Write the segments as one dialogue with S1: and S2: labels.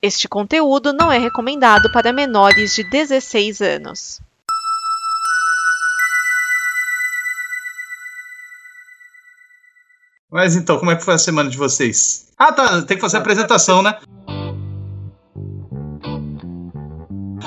S1: Este conteúdo não é recomendado para menores de 16 anos.
S2: Mas então, como é que foi a semana de vocês? Ah, tá, tem que fazer a apresentação, né?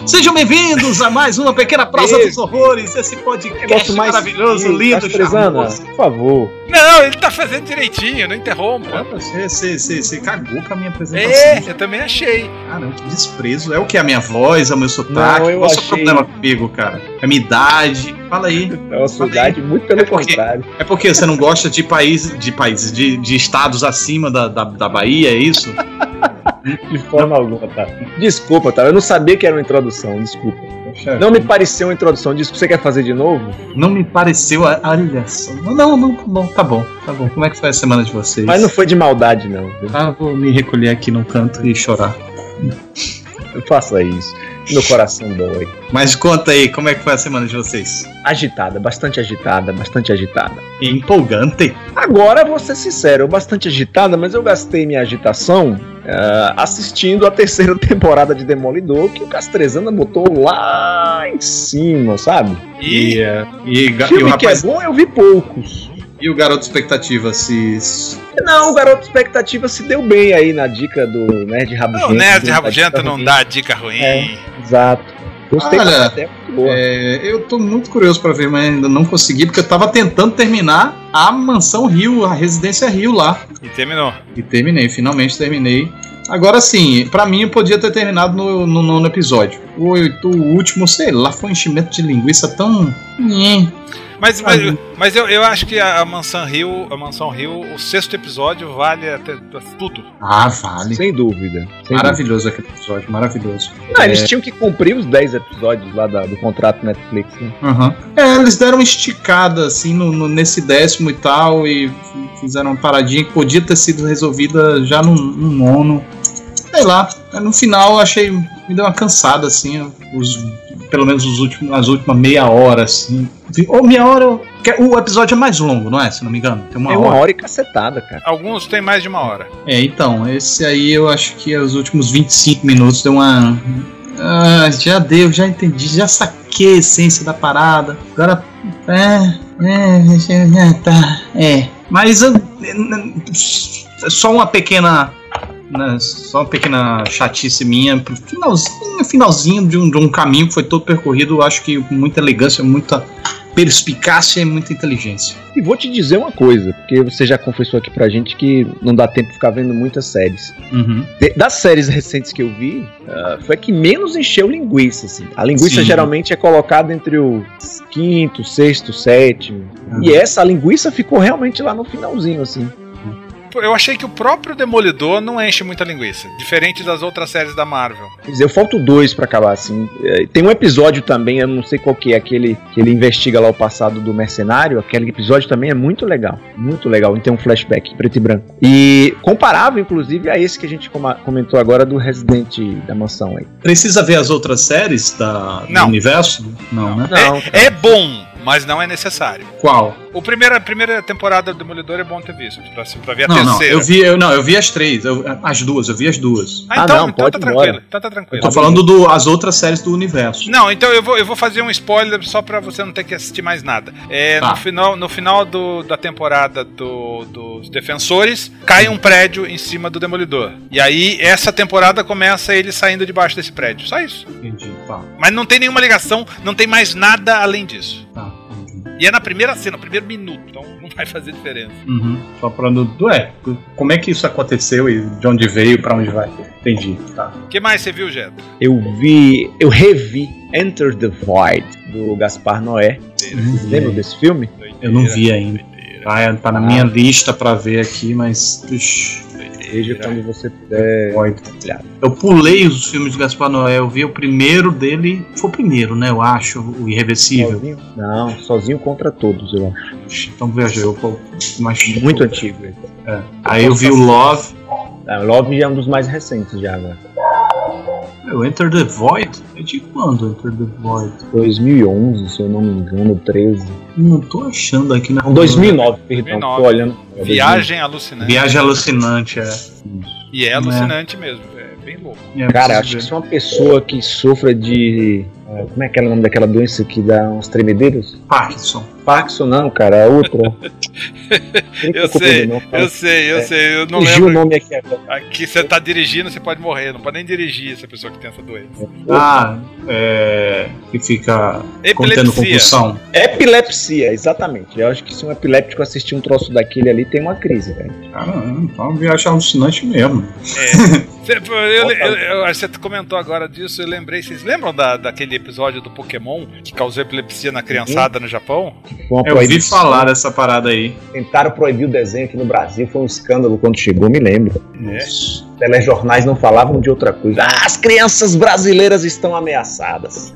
S2: Sejam bem-vindos a mais uma pequena prosa dos horrores, esse podcast
S3: Negócio mais
S2: maravilhoso,
S3: feio,
S2: lindo,
S3: Castresana,
S2: charmoso.
S3: Por favor.
S4: Não, ele tá fazendo direitinho, não interrompa.
S2: Você, você, você, você cagou com a minha apresentação.
S4: É, eu também achei.
S2: Caramba, que desprezo. É o que? A minha voz, é o meu sotaque?
S3: Não, eu
S2: Qual é o seu
S3: achei-
S2: problema comigo, cara? É a minha idade? Fala aí.
S3: É uma saudade, muito pelo
S2: É porque-
S3: contrário.
S2: É porque você não gosta de países, de países, de, de estados acima da, da, da Bahia, é isso?
S3: De forma alguma, tá? Desculpa, tá? Eu não sabia que era uma introdução, desculpa. Não me pareceu uma introdução, desculpa. Você quer fazer de novo?
S2: Não me pareceu. a- Olha só. Não, não, não, tá bom, tá bom, tá bom. Como é que foi a semana de vocês?
S3: Mas não foi de maldade, não.
S2: Ah, vou me recolher aqui num canto e chorar.
S3: Não faça isso. Meu coração dói.
S2: Mas conta aí, como é que foi a semana de vocês?
S3: Agitada, bastante agitada, bastante agitada.
S2: Empolgante?
S3: Agora, vou ser sincero, eu bastante agitada, mas eu gastei minha agitação ah, assistindo a terceira temporada de Demolidor, que o Castrezana botou lá em cima, sabe?
S4: E
S2: é, e, ga- e o
S3: Filme que é
S2: rapaz,
S3: bom, eu vi poucos.
S2: e o garoto expectativa se. se-
S3: Não, o garoto expectativa se deu bem aí na dica do Nerd Rabugento.
S4: não, né, de
S3: do-
S4: rabugenta
S3: da-
S4: não dá dica ruim.
S3: Exato. Gostei
S2: Olha,
S3: bastante, é muito boa.
S2: É, eu tô muito curioso pra ver, mas ainda não consegui, porque eu tava tentando terminar a mansão Rio, a residência Rio lá.
S4: E terminou.
S2: E terminei, finalmente terminei. Agora sim, pra mim eu podia ter terminado no, no nono episódio. O, oito- o último, sei lá, foi um enchimento de linguiça tão. Nhe.
S4: Mas, mas,
S2: Ah,
S4: mas eu, eu acho que a, a Mansão Rio, a Mansão Rio, o sexto episódio vale até tudo.
S2: Ah, vale.
S3: Sem dúvida. sem
S2: Maravilhoso aquele episódio, maravilhoso.
S3: dúvida. Não, eles tinham que cumprir os 10 episódios lá da- do contrato Netflix. né?
S2: Aham. É, eles deram uma esticada assim no, no- nesse décimo e tal, e f- fizeram uma paradinha que podia ter sido resolvida já no, no nono. Sei lá, no final eu achei. me deu uma cansada assim, os- pelo menos os últimos, as últimas meia hora, assim. Ou meia hora. eu- que é- O episódio é mais longo, não é? Se não me engano. Tem uma
S3: Tem
S2: hora.
S3: uma hora e cacetada, cara.
S4: Alguns tem mais de uma hora.
S2: É, então, esse aí eu acho que os últimos 25 minutos deu uma. Ah, já deu, já entendi, já saquei a essência da parada. Agora. É, é, deixa eu- é, tá, é. Mas eu- só uma pequena. né, só uma pequena chatice minha, pro finalzinho, finalzinho de um, de um caminho que foi todo percorrido, eu acho que com muita elegância, muita perspicácia e muita inteligência.
S3: E vou te dizer uma coisa, porque você já confessou aqui pra gente que não dá tempo de ficar vendo muitas séries.
S2: Uhum.
S3: De- das séries recentes que eu vi, ah, foi a que menos encheu linguiça, assim. A linguiça
S2: Sim.
S3: geralmente é colocada entre o quinto, sexto, sétimo. E essa linguiça ficou realmente lá no finalzinho, assim.
S4: Pô, Eu achei que o próprio Demolidor não enche muita linguiça, diferente das outras séries da Marvel.
S3: Quer dizer, eu falto dois pra acabar, assim. Eh, Tem um episódio também, eu não sei qual que é, aquele que ele investiga lá o passado do mercenário. Aquele episódio também é muito legal. Muito legal. E Tem um flashback preto e branco. E comparável, inclusive, a esse que a gente coma- comentou agora do Resident da mansão aí.
S2: Precisa ver as outras séries da, do
S4: Não.
S2: universo? Não, né?
S3: Não,
S4: É bom, mas não é necessário.
S2: Qual?
S4: O primeiro, a primeira temporada do Demolidor é bom ter visto, pra, pra ver É a
S2: Não, não,
S4: terceira.
S2: eu vi, eu, não, eu vi as três, eu- as duas, eu vi as duas.
S4: Ah,
S3: Ah,
S4: então,
S3: não,
S4: então
S3: pode
S4: tá
S3: ir embora.
S4: tranquilo. Então tá
S2: Eu
S4: tranquilo.
S2: tô falando do, as outras séries do universo.
S4: Não, então eu vou, eu vou fazer um spoiler só pra você não ter que assistir mais nada. É,
S2: Tá.
S4: No final, no final do- da temporada do- dos Defensores, cai um prédio em cima do Demolidor. E aí, essa temporada começa ele saindo debaixo desse prédio. Só isso.
S2: Entendi, tá,
S4: Mas não tem nenhuma ligação, não tem mais nada além disso.
S2: tá, entendi.
S4: E é na primeira cena, no primeiro minuto, então não vai fazer diferença.
S2: Uhum. Só pra do. É, como é que isso aconteceu e de onde veio, pra onde vai? Entendi, tá.
S4: O que mais você viu, Jeto?
S3: Eu vi, eu revi Enter the Void do Gaspar Noé. Lembra desse filme?
S2: Eu não vi ainda. Tá, tá na
S4: Ah.
S2: minha lista pra ver aqui, mas. Ixi, é,
S3: Veja quando você puder.
S2: pode. Eu pulei os filmes do Gaspar Noé, eu vi o primeiro dele. Foi o primeiro, né? Eu acho, o Irreversível.
S3: Sozinho? Não, sozinho contra todos, eu acho.
S2: Então viajei, eu mas
S3: Muito antigo. ele.
S2: É. Aí eu vi o Love.
S3: Ah, Love é um dos mais recentes já, né?
S2: O Enter the Void? É de quando Enter the Void?
S3: 2011, se eu não me engano, 13.
S2: Não tô achando aqui na.
S3: Não, 2009, perdão,
S4: 2009.
S3: tô olhando.
S4: Viagem alucinante.
S2: Viagem alucinante, é.
S4: E é alucinante mesmo. É, bem louco.
S2: É, preciso
S3: Cara, acho que
S2: ver.
S3: se uma pessoa que sofra de. eh, Como é que é o nome daquela doença que dá umas tremedeiras?
S2: Parkinson.
S3: Parkinson, não, cara, é outra.
S4: Eu sei, Eu sei, eu
S3: É.
S4: sei, eu não
S3: Fugiu o
S4: lembro.
S3: nome aqui agora.
S4: Aqui você tá dirigindo, você pode morrer, não pode nem dirigir essa pessoa que tem essa doença.
S2: Ah, é. Que fica contendo
S4: Epilepsia.
S2: compulsão.
S3: Epilepsia, exatamente. Eu acho que se um epiléptico assistir um troço daquele ali, tem uma crise, velho.
S2: Caramba, então é uma viagem alucinante mesmo.
S4: Você, eu- É. eu- eu- eu- você comentou agora disso, eu lembrei. Vocês lembram da, daquele episódio do Pokémon que causou epilepsia na criançada no Japão?
S3: Foi uma
S2: Eu ouvi
S3: proibição.
S2: falar dessa parada aí.
S3: Tentaram proibir o desenho aqui no Brasil, foi um escândalo quando chegou, me lembro.
S2: Nossa.
S3: Telejornais Né, não falavam de outra coisa. Ah, as crianças brasileiras estão ameaçadas.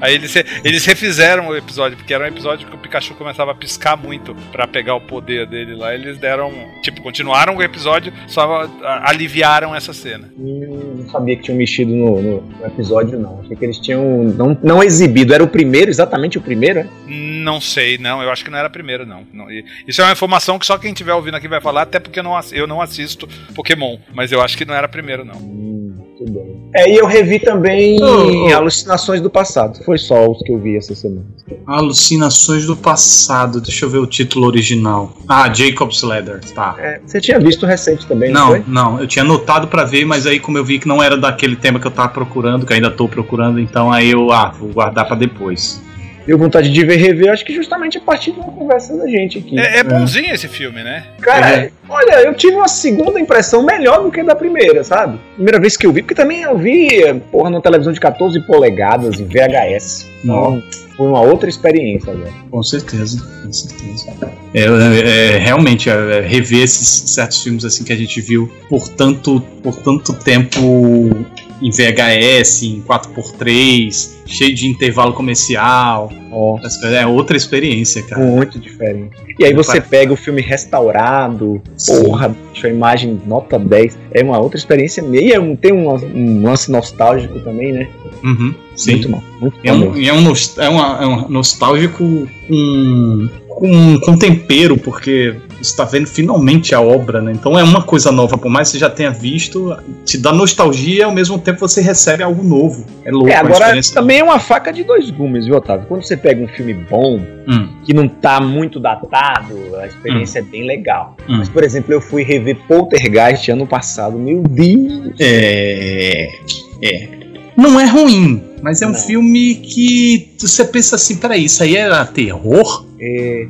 S4: Aí eles, re- eles refizeram o episódio, porque era um episódio que o Pikachu começava a piscar muito pra pegar o poder dele lá. Eles deram. Tipo, continuaram o episódio, só a- aliviaram essa cena.
S3: Hum, não sabia que tinham mexido no, no- no episódio, não. Achei que eles tinham não, não exibido. Era o primeiro, exatamente o primeiro, né?
S4: Não sei, não. Eu acho que não era a primeira, não. Não, e- Isso é uma informação que só quem estiver ouvindo aqui vai falar, até porque eu não, ass- eu não assisto Pokémon. Mas eu acho que não era a primeira, não.
S3: Hum, tudo bem. É, e eu revi também
S2: Ô, ô.
S3: Alucinações do Passado. Foi só os que eu vi essa semana.
S2: Alucinações do passado. Deixa eu ver o título original. Ah, Jacob's Ladder. Tá.
S3: É, você tinha visto recente também, não,
S2: Não,
S3: foi?
S2: não, eu tinha anotado pra ver, mas aí como eu vi que não era daquele tema que eu tava procurando, que eu ainda tô procurando, então aí eu, ah, vou guardar pra depois.
S3: Deu vontade de ver e rever, acho que justamente a partir de uma conversa da gente aqui.
S4: É, é bonzinho esse filme, né?
S3: Cara,
S2: É.
S3: olha, eu tive uma segunda impressão melhor do que da primeira, sabe? Primeira vez que eu vi, porque também eu vi, eh, porra, numa televisão de 14 polegadas, em VHS. Então, foi uma outra experiência, velho.
S2: Com certeza, com certeza. É, é, é, realmente, é, é, rever esses certos filmes assim que a gente viu por tanto, por tanto tempo em VHS, em 4x3, cheio de intervalo comercial.
S3: Ó,
S2: É outra experiência, cara.
S3: muito diferente. E aí você pega o filme restaurado, porra, bicho, a imagem nota 10. É uma outra experiência. E é um- tem um, um lance nostálgico também, né?
S2: Uhum, sim.
S3: Muito bom, muito
S2: É
S3: bom.
S2: um, é um, nos- é uma- é um nostálgico com, com, com tempero, porque você está vendo finalmente a obra, né? Então é uma coisa nova, por mais que você já tenha visto, te dá nostalgia e ao mesmo tempo você recebe algo novo. É louco
S3: É,
S2: a
S3: agora
S2: experiência.
S3: também é uma faca de dois gumes, viu, Otávio? Quando você pega um filme bom,
S2: Hum,
S3: que não tá muito datado, a experiência é bem legal.
S2: Hum.
S3: Mas, por exemplo, eu fui rever Poltergeist ano passado, meu Deus!
S2: é, é. Não é ruim, mas é um
S3: Não.
S2: filme que você pensa assim, peraí, isso aí era terror?
S3: É,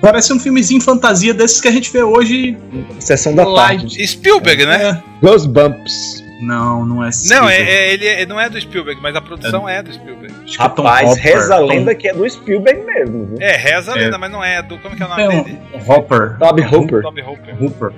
S2: Parece um filmezinho fantasia desses que a gente vê hoje.
S3: sessão da
S2: Light.
S3: tarde.
S4: Spielberg, né?
S3: Ghost Bumps.
S2: Não, não é assim.
S4: Não, é, é- ele é- não é do Spielberg, mas a produção é, do Spielberg.
S2: Acho que é Tom
S3: Rapaz,
S2: Hopper.
S3: reza a
S2: Tom
S3: lenda que é do Spielberg mesmo, viu?
S4: É, reza a
S2: É.
S4: lenda, mas não é do. Como que é o nome
S2: É um-
S4: dele?
S2: um Hopper.
S3: Bob Hooper.
S4: Bob Hooper.
S2: Hooper.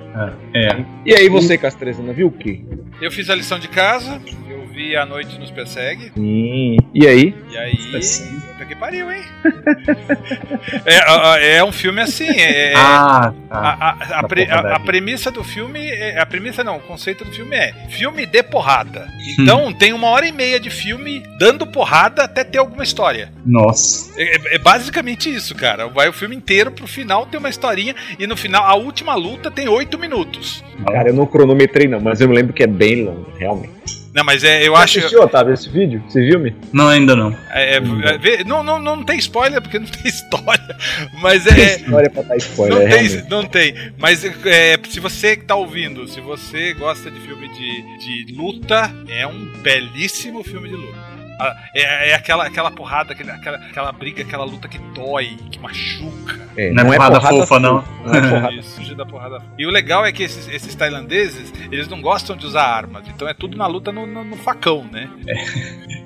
S2: É.
S3: E aí você, Castrezana, viu o quê?
S4: Eu fiz a lição de casa, eu vi A Noite Nos Persegue,
S3: E aí?
S4: e aí. Puta que pariu, hein? é, a- a- é um filme assim, é. é-
S2: Ah, tá.
S4: A, a- a
S2: da
S4: pre- a-
S2: porradaria.
S4: a premissa do filme. é- a premissa não, o conceito do filme é filme de porrada. Então tem uma hora e meia de filme dando porrada até ter alguma história.
S2: Nossa.
S4: É, é- é basicamente isso, cara. Vai o filme inteiro pro final tem uma historinha e no final a última luta tem oito minutos.
S3: Cara, eu não cronometrei não, mas eu me lembro que é bem longo, realmente.
S4: Não, mas é, eu
S3: Você
S4: acho.
S3: assistiu, Otávio, esse vídeo? Esse filme?
S2: Não, ainda não.
S4: é, é, é, vê- não, não, não tem spoiler porque não tem história, mas é.
S3: História pra dar spoiler,
S4: Não
S3: realmente.
S4: tem, não tem. Mas é, se você que tá ouvindo, se você gosta de filme de, de luta, é um belíssimo filme de luta. Ah, É, é aquela, aquela porrada, aquele- aquela, aquela briga, aquela luta que dói, que machuca.
S3: É,
S2: Não é porrada fofa, não.
S3: Não é porrada
S4: Isso, fugir da porrada. E o legal é que esses, esses tailandeses, eles não gostam de usar armas. Então é tudo na luta no, no- no facão, né?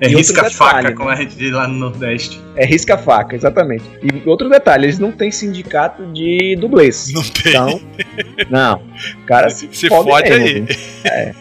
S2: É
S3: E outro
S2: risca-faca,
S3: detalhe, né?
S2: como a gente diz lá no Nordeste.
S3: É risca-faca, exatamente. E outro detalhe, eles não têm sindicato de dublês.
S4: Não tem.
S3: Então, não. O cara se,
S4: Se
S3: fode,
S4: fode
S3: mesmo. É.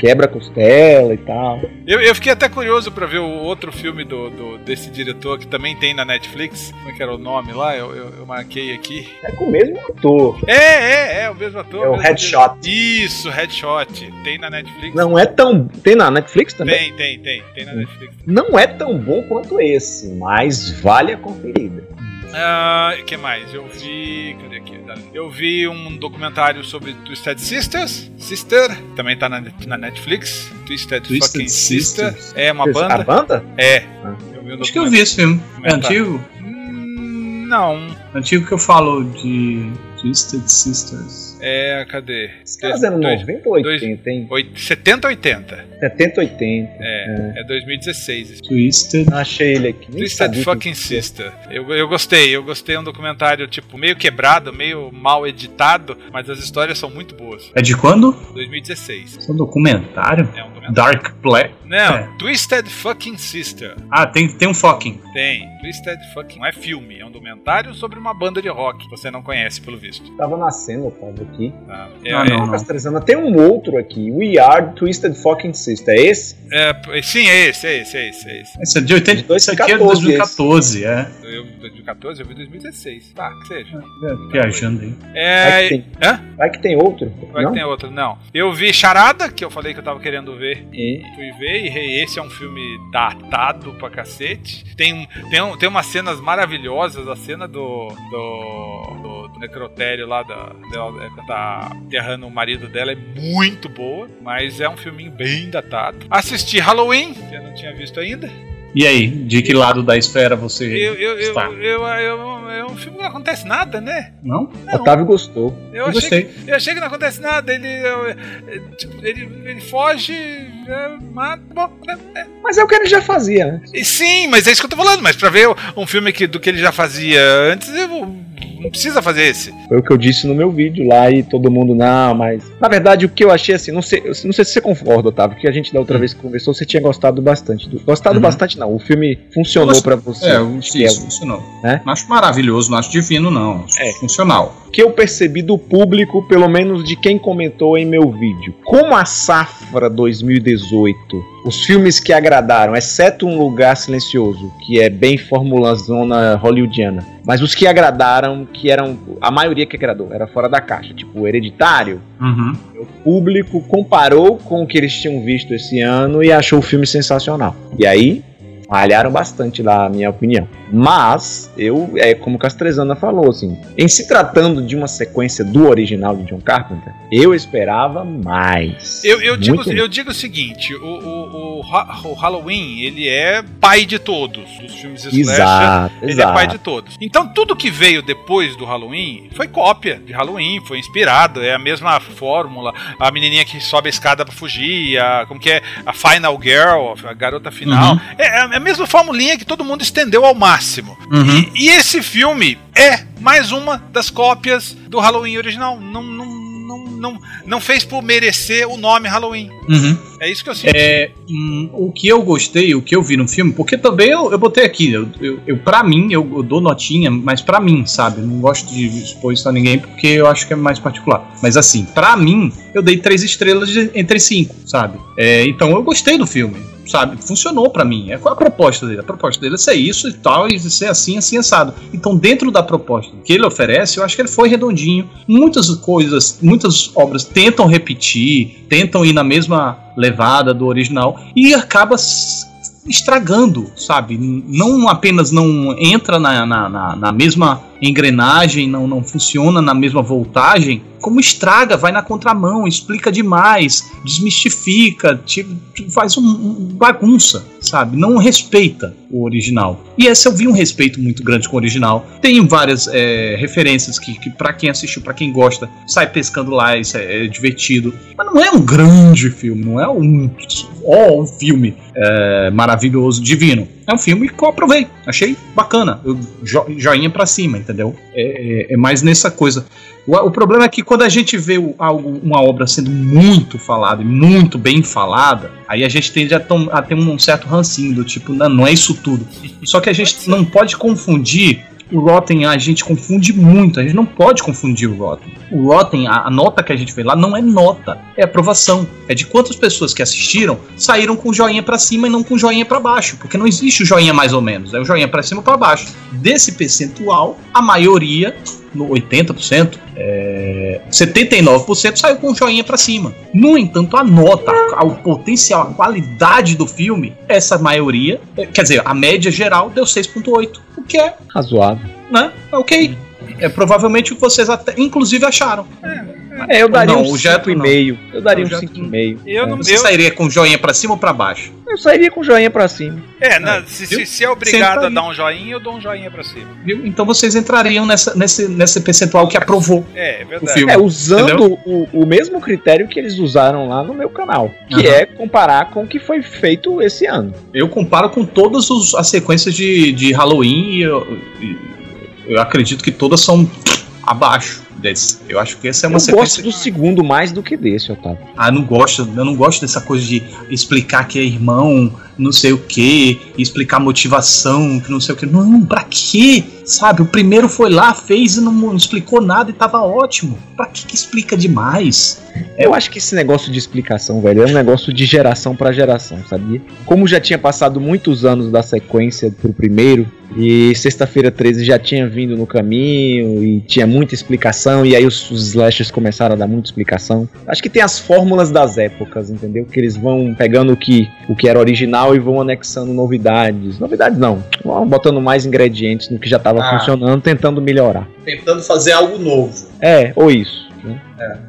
S3: Quebra costela e tal.
S4: Eu, eu fiquei até curioso pra ver o outro filme do, do- desse diretor que também tem na Netflix. Como é que era o nome lá? Eu, eu- eu marquei aqui.
S3: É com o mesmo ator.
S4: É, é, é, o mesmo ator.
S3: É o
S4: mesmo
S3: Headshot.
S4: diretor. Isso, Headshot. Tem na Netflix.
S3: Não é tão. Tem na Netflix também?
S4: Tem, tem, tem. Tem na Netflix.
S3: Não é tão bom quanto esse, mas vale a conferida.
S4: Ah, E que mais? Eu vi. Cadê aqui? Tá. Eu vi um documentário sobre Twisted Sisters. Sister. Também tá na, na Netflix. Twisted,
S2: Twisted
S4: fucking Sister.
S2: Sisters.
S4: É uma
S3: A
S4: banda.
S3: banda?
S4: É.
S3: Ah.
S4: Eu vi um
S2: Acho que eu vi esse filme. É
S4: Tá.
S2: antigo?
S4: Hum, Não.
S2: Antigo que eu falo de Twisted Sisters.
S4: É, cadê?
S3: Os caras eram
S4: Dois-
S3: 90 ou 80, hein?
S4: oit- 70 80.
S3: 70, 80.
S4: É, é 2016. esse.
S2: Twisted.
S3: Não achei ele aqui. nem
S4: Twisted
S3: sabia
S4: Fucking Sister. Eu, eu gostei, eu gostei. É um documentário, tipo, meio quebrado, meio mal editado, mas as histórias são muito boas.
S2: É de quando?
S4: 2016.
S2: Isso é um documentário?
S4: É um documentário.
S2: Dark Play.
S4: Não,
S2: É.
S4: Twisted Fucking Sister.
S2: Ah, tem, tem um fucking.
S4: Tem. Twisted Fucking. Não é filme, é um documentário sobre uma banda de rock. que Você não conhece, pelo visto.
S3: que Tava nascendo, Otávio, aqui.
S4: Tá?
S2: Ah,
S4: É-
S2: não, não.
S3: Castrezana. Tem um outro aqui. We Are Twisted Fucking Sister. É esse?
S4: é- é- sim, é esse, é esse, é esse, é esse.
S2: Esse é de 80. Esse aqui é de
S3: 2014,
S2: 2014, é.
S4: Eu, 2014, eu vi 2016. Tá, que seja.
S2: É, Viajando aí.
S3: Vai que
S4: É.
S3: tem,
S4: Hã?
S3: vai que tem outro?
S4: Vai
S3: não?
S4: que tem outra. Não. Eu vi Charada, que eu falei que eu tava querendo ver.
S3: E-
S4: Fui ver e rei, esse é um filme datado pra cacete. Tem, um- tem, um, tem umas cenas maravilhosas, a cena do, do, do- do necrotério lá, da, dela é, quando tá enterrando o marido dela, é muito boa, mas é um filminho bem datado. Assisti Halloween, que eu não tinha visto ainda.
S2: E aí, de que lado da esfera você
S4: Eu, eu, eu,
S2: está?
S4: eu, eu- é um filme que não acontece nada, né?
S2: Não?
S3: Otávio gostou.
S4: Eu
S2: Eu,
S4: achei,
S2: gostei.
S4: eu achei que não acontece nada, ele, eu- é, tipo, ele, ele foge, é, mata, bom, né?
S3: Mas é o que ele já fazia, né?
S4: E Sim, mas é isso que eu tô falando. Mas pra ver um filme que, do que ele já fazia antes, eu não precisa fazer esse.
S3: Foi o que eu disse no meu vídeo lá e todo mundo, não, mas. Na verdade, o que eu achei assim, não sei, eu não sei se você concorda, Otávio, que a gente da outra vez que conversou, você tinha gostado bastante. do- Gostado
S2: Uhum.
S3: bastante, não. O filme funcionou
S2: Gost-
S3: pra você.
S2: É, eu
S3: Acho que é.
S2: isso, isso não.
S3: Né?
S2: Não acho maravilhoso, não acho divino, não. Acho
S3: É.
S2: funcional.
S3: que eu percebi do público, pelo menos de quem comentou em meu vídeo. Como a safra 2018, os filmes que agradaram, exceto Um Lugar Silencioso, que é bem formulazona hollywoodiana, mas os que agradaram, que eram a maioria que agradou, era fora da caixa, tipo Hereditário,
S2: Uhum.
S3: o público comparou com o que eles tinham visto esse ano e achou o filme sensacional. E aí, malharam bastante lá, na minha opinião. Mas, eu, é como Castrezana falou, assim, em se tratando de uma sequência do original de John Carpenter, eu esperava mais.
S4: Eu, eu, digo, assim,
S3: Muito mais.
S4: eu digo o seguinte: o, o, o, Ha- o Halloween, ele é pai de todos os filmes assim, slasher.
S3: Exato,
S4: Ele é pai
S3: exato.
S4: de todos. Então, tudo que veio depois do Halloween foi cópia de Halloween, foi inspirado, é a mesma fórmula. A menininha que sobe a escada pra fugir, a, como que é? A Final Girl, a garota final.
S2: Uhum.
S4: É, é a mesma formulinha que todo mundo estendeu ao máximo.
S2: Uhum.
S4: E esse filme é mais uma das cópias do Halloween original. Não, não, não, não, não fez por merecer o nome Halloween.
S2: Uhum.
S4: É isso que eu sinto.
S2: É, hum, o que eu gostei, o que eu vi no filme, porque também eu, eu botei aqui, eu, eu, eu- pra mim, eu, eu dou notinha, mas pra mim, sabe? Eu não gosto de expor isso a ninguém porque eu acho que é mais particular. Mas assim, pra mim, eu dei três estrelas de- entre cinco, sabe? É, então eu gostei do filme, sabe? Funcionou pra mim. É qual a proposta dele? A proposta dele é ser isso e tal, e ser assim, assim, assado. Então, dentro da proposta que ele oferece, eu acho que ele foi redondinho muitas coisas, muitas obras tentam repetir, tentam ir na mesma levada do original e acaba s- estragando, sabe? N- Não apenas não entra na, na, na- na mesma engrenagem, não, não funciona na mesma voltagem, como estraga, vai na contramão, explica demais, desmistifica, tipo, faz um, um bagunça, sabe? Não respeita o original. E essa eu vi um respeito muito grande com o original. Tem várias é, referências que, que para quem assistiu, pra quem gosta, sai pescando lá, isso é, é divertido. Mas não é um grande filme, não é um, ó, um filme é, maravilhoso, divino. É um filme que eu aprovei, achei bacana, eu, jo- joinha pra cima, entendeu? É, é- é mais nessa coisa. O, o problema é que quando a gente vê o- algo, uma obra sendo muito falada e muito bem falada, aí a gente tende a, tom- a ter um certo rancinho do tipo, não, não é isso tudo. Só que a gente não pode confundir o Rotten, a gente confunde muito, a gente não pode confundir o Rotten. O Rotten, a, a nota que a gente vê lá não é nota, é aprovação. É de quantas pessoas que assistiram saíram com joinha pra cima e não com joinha pra baixo, porque não existe o joinha mais ou menos, é o joinha pra cima ou pra baixo. Desse percentual, a maioria, no 80%, é, 79% saiu com joinha pra cima. No entanto, a nota, a- o potencial, a qualidade do filme, essa maioria, é, quer dizer, a média geral deu 6.8, o que é
S3: Razoável.
S2: né? Ok. É provavelmente o que vocês até, inclusive, acharam.
S3: É, eu daria
S2: Não,
S3: um
S2: o Jato não.
S3: 5,5. Eu daria
S2: O
S3: um
S2: Jato-
S3: 5,5.
S4: Eu não
S2: Você
S4: eu,
S2: sairia com joinha pra cima ou pra baixo?
S3: Eu sairia com o joinha pra cima.
S4: É, né, se, se, se é obrigado
S2: Senta
S4: a
S2: aí.
S4: dar um joinha, eu dou um joinha pra cima.
S2: Viu? Então vocês entrariam nessa, nesse, nesse percentual que aprovou
S4: É, é
S2: o
S4: verdade.
S2: filme.
S3: É, usando o, o mesmo critério que eles usaram lá no meu canal, que
S2: Aham. Então
S3: é comparar com o que foi feito esse ano.
S2: Eu comparo com todas os- as sequências de, de Halloween e eu, e eu acredito que todas são abaixo desse. Eu acho que essa é uma
S3: eu
S2: sequência.
S3: gosto do segundo mais do que desse, Otávio.
S2: Ah, não gosto, eu não gosto dessa coisa de explicar que é irmão, não sei o que, explicar motivação, que não sei o que. Não, pra quê? Sabe, o primeiro foi lá, fez e não, não explicou nada e tava ótimo. Pra que, que explica demais?
S3: Eu acho que esse negócio de explicação, velho, é um negócio de geração pra geração, sabia? Como já tinha passado muitos anos da sequência pro primeiro, e sexta-feira 13 já tinha vindo no caminho, e tinha muita explicação, e aí os, os slashers começaram a dar muita explicação. Acho que tem as fórmulas das épocas, entendeu? Que eles vão pegando o que, o que era original e vão anexando novidades. Novidades não, vão botando mais ingredientes no que já tava
S2: Ah.
S3: funcionando, tentando melhorar.
S2: Tentando fazer algo novo.
S3: É, ou isso. né?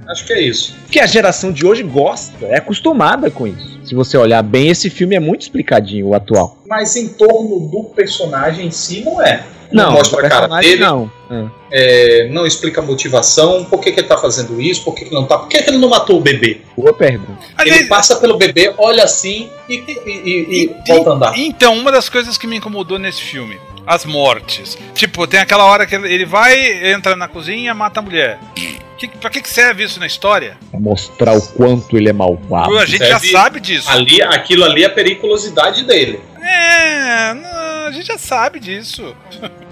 S2: Acho que é isso.
S3: que a geração de hoje gosta, é acostumada com isso. Se você olhar bem, esse filme é muito explicadinho, o atual.
S2: Mas em torno do personagem em si não é.
S3: o personagem Não. Ah.
S2: É, não explica a motivação, por que, que ele tá fazendo isso, por que, que ele não tá. Por que, que ele não matou o bebê?
S3: Boa pergunta.
S2: Ele
S4: Aliás,
S2: passa pelo bebê, olha assim e, e- e- e volta a andar.
S4: Então, uma das coisas que me incomodou nesse filme, as mortes. Tipo, tem aquela hora que ele ele vai, entra na cozinha, mata a mulher. Que, pra que que serve isso na história?
S3: Pra mostrar o quanto ele é malvado.
S4: a gente já
S2: Ah, serve-
S4: sabe disso.
S2: Ali, aquilo ali é a periculosidade dele.
S4: É, não, a gente já sabe disso.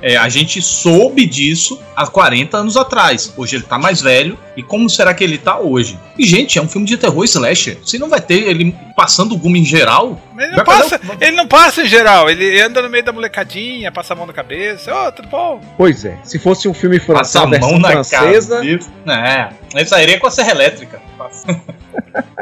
S2: É, a gente soube disso há 40 anos atrás. Hoje ele tá mais velho. E como será que ele tá hoje? E, gente, é um filme de terror slasher. Se não vai ter ele passando o gume em geral.
S4: Mas ele
S2: Vai
S4: não,
S2: fazer
S4: passa,
S2: o-
S3: um-
S4: ele não passa em geral, ele anda no meio da molecadinha, passa a mão na cabeça, ô, tudo bom?
S3: Pois é. Se fosse um filme francês,
S2: Passa a
S3: versão
S2: mão na
S3: francesa,
S2: cara. É, ele sairia com a serra elétrica.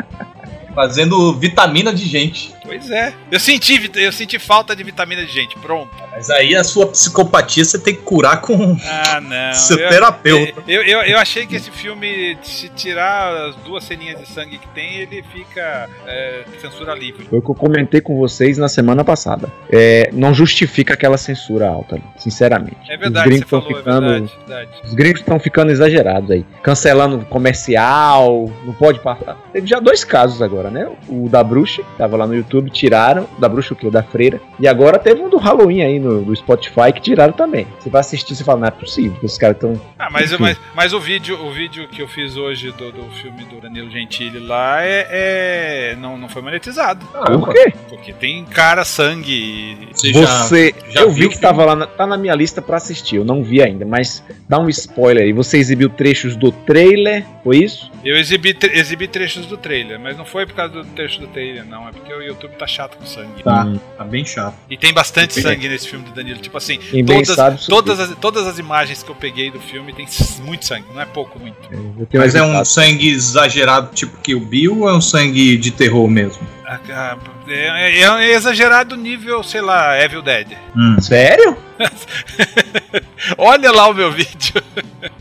S2: Fazendo vitamina de gente.
S4: Pois é. Eu senti, vit- eu senti falta de vitamina de gente, pronto.
S2: Mas aí a sua psicopatia você tem que curar com
S4: Ah, não.
S2: seu
S4: eu-
S2: terapeuta.
S4: Eu, eu, eu achei que esse filme, se tirar as duas ceninhas de sangue que tem, ele fica é, censura livre.
S3: foi o que eu comentei com vocês na semana passada. É, não justifica aquela censura alta, ali, sinceramente.
S4: É verdade,
S3: Os
S4: você
S3: gringos estão
S4: falou,
S3: ficando.
S4: é verdade, verdade.
S3: Os gringos estão ficando exagerados aí. Cancelando comercial, não pode passar. Teve já dois casos agora, né? O da bruxa, que tava lá no YouTube, tiraram. Da bruxa o quê? Da freira. E agora teve um do Halloween aí no, do Spotify que tiraram também. Você vai assistir e fala, não é possível, os caras estão.
S4: Ah, mas,
S3: Enfim.
S4: mas, mas o vídeo o vídeo que eu fiz hoje do, do filme do Danilo Gentili lá é, é- não, não foi monetizado.
S3: Por quê?
S4: Porque tem cara, sangue.
S2: ah, Você
S3: Você.
S2: já
S3: eu
S2: viu
S3: vi
S2: o
S3: que
S2: filme?
S3: tava lá, na, tá na minha lista pra assistir. Eu não vi ainda, mas dá um spoiler aí. Você exibiu trechos do trailer, foi isso?
S4: Eu exibi, tre- exibi trechos do trailer, mas não foi por causa do trecho do trailer, não. É porque o YouTube tá chato com sangue.
S2: Tá.
S3: Hum,
S2: tá bem chato.
S4: E tem bastante
S2: Sim.
S4: sangue nesse filme do Danilo. Tipo assim,
S3: quem bem
S4: Todas,
S3: sabe. sou
S4: todas, as, todas as imagens que eu peguei do filme tem s- muito sangue, não é pouco, muito.
S3: eu. Eu tenho
S2: Mas é um
S3: evitado.
S2: sangue exagerado, tipo que o Bill, ou é um sangue de terror mesmo?
S4: Ah, ah, É, é- é exagerado nível, sei lá, Evil Dead.
S2: Hum.
S3: Sério?
S4: Olha lá o meu vídeo.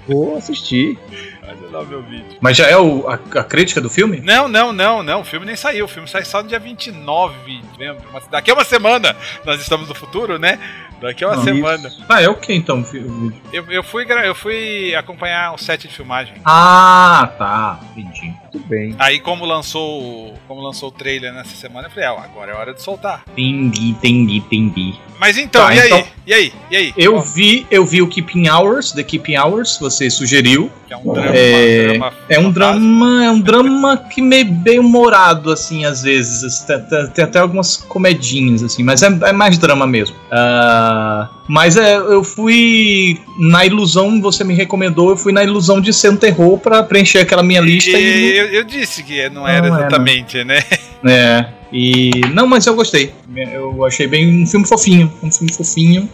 S3: Vou assistir.
S4: Olha lá o meu vídeo.
S2: Mas já é o- a, a crítica do filme?
S4: Não, não, não, não. O filme nem saiu. O filme sai só no dia 29 de novembro. Mas Daqui a uma semana. Nós estamos no futuro, né? Daqui a uma
S2: Não,
S4: semana.
S2: Ah, é o que então? o fi- o vídeo?
S4: Eu, eu, fui, gra- eu fui acompanhar o set de filmagem.
S2: Ah, tá. Entendi.
S3: Tudo bem.
S4: Aí, como lançou, o- como lançou o trailer nessa semana, eu falei, ah, agora é hora de soltar.
S2: Entendi, entendi, entendi.
S4: Mas então,
S2: Tá,
S4: e aí?
S2: então-
S4: E aí? E aí?
S2: Eu vi, eu vi o Keeping Hours, The Keeping Hours, você sugeriu.
S4: Que é um drama.
S2: É-
S4: drama
S2: É um
S4: fantasma.
S2: drama, é um drama que meio bem humorado, assim, às vezes. assim, tá- tá- Tem até algumas comedinhas, assim, mas é, é mais drama mesmo. Ah, mas é, eu fui na ilusão, você me recomendou, eu fui na ilusão de ser um terror pra preencher aquela minha lista
S4: E
S2: e.
S4: eu, eu disse que não era
S2: Não era.
S4: exatamente, né?
S2: É. E. Não, mas eu gostei. Eu achei bem um filme fofinho. Um filme fofinho.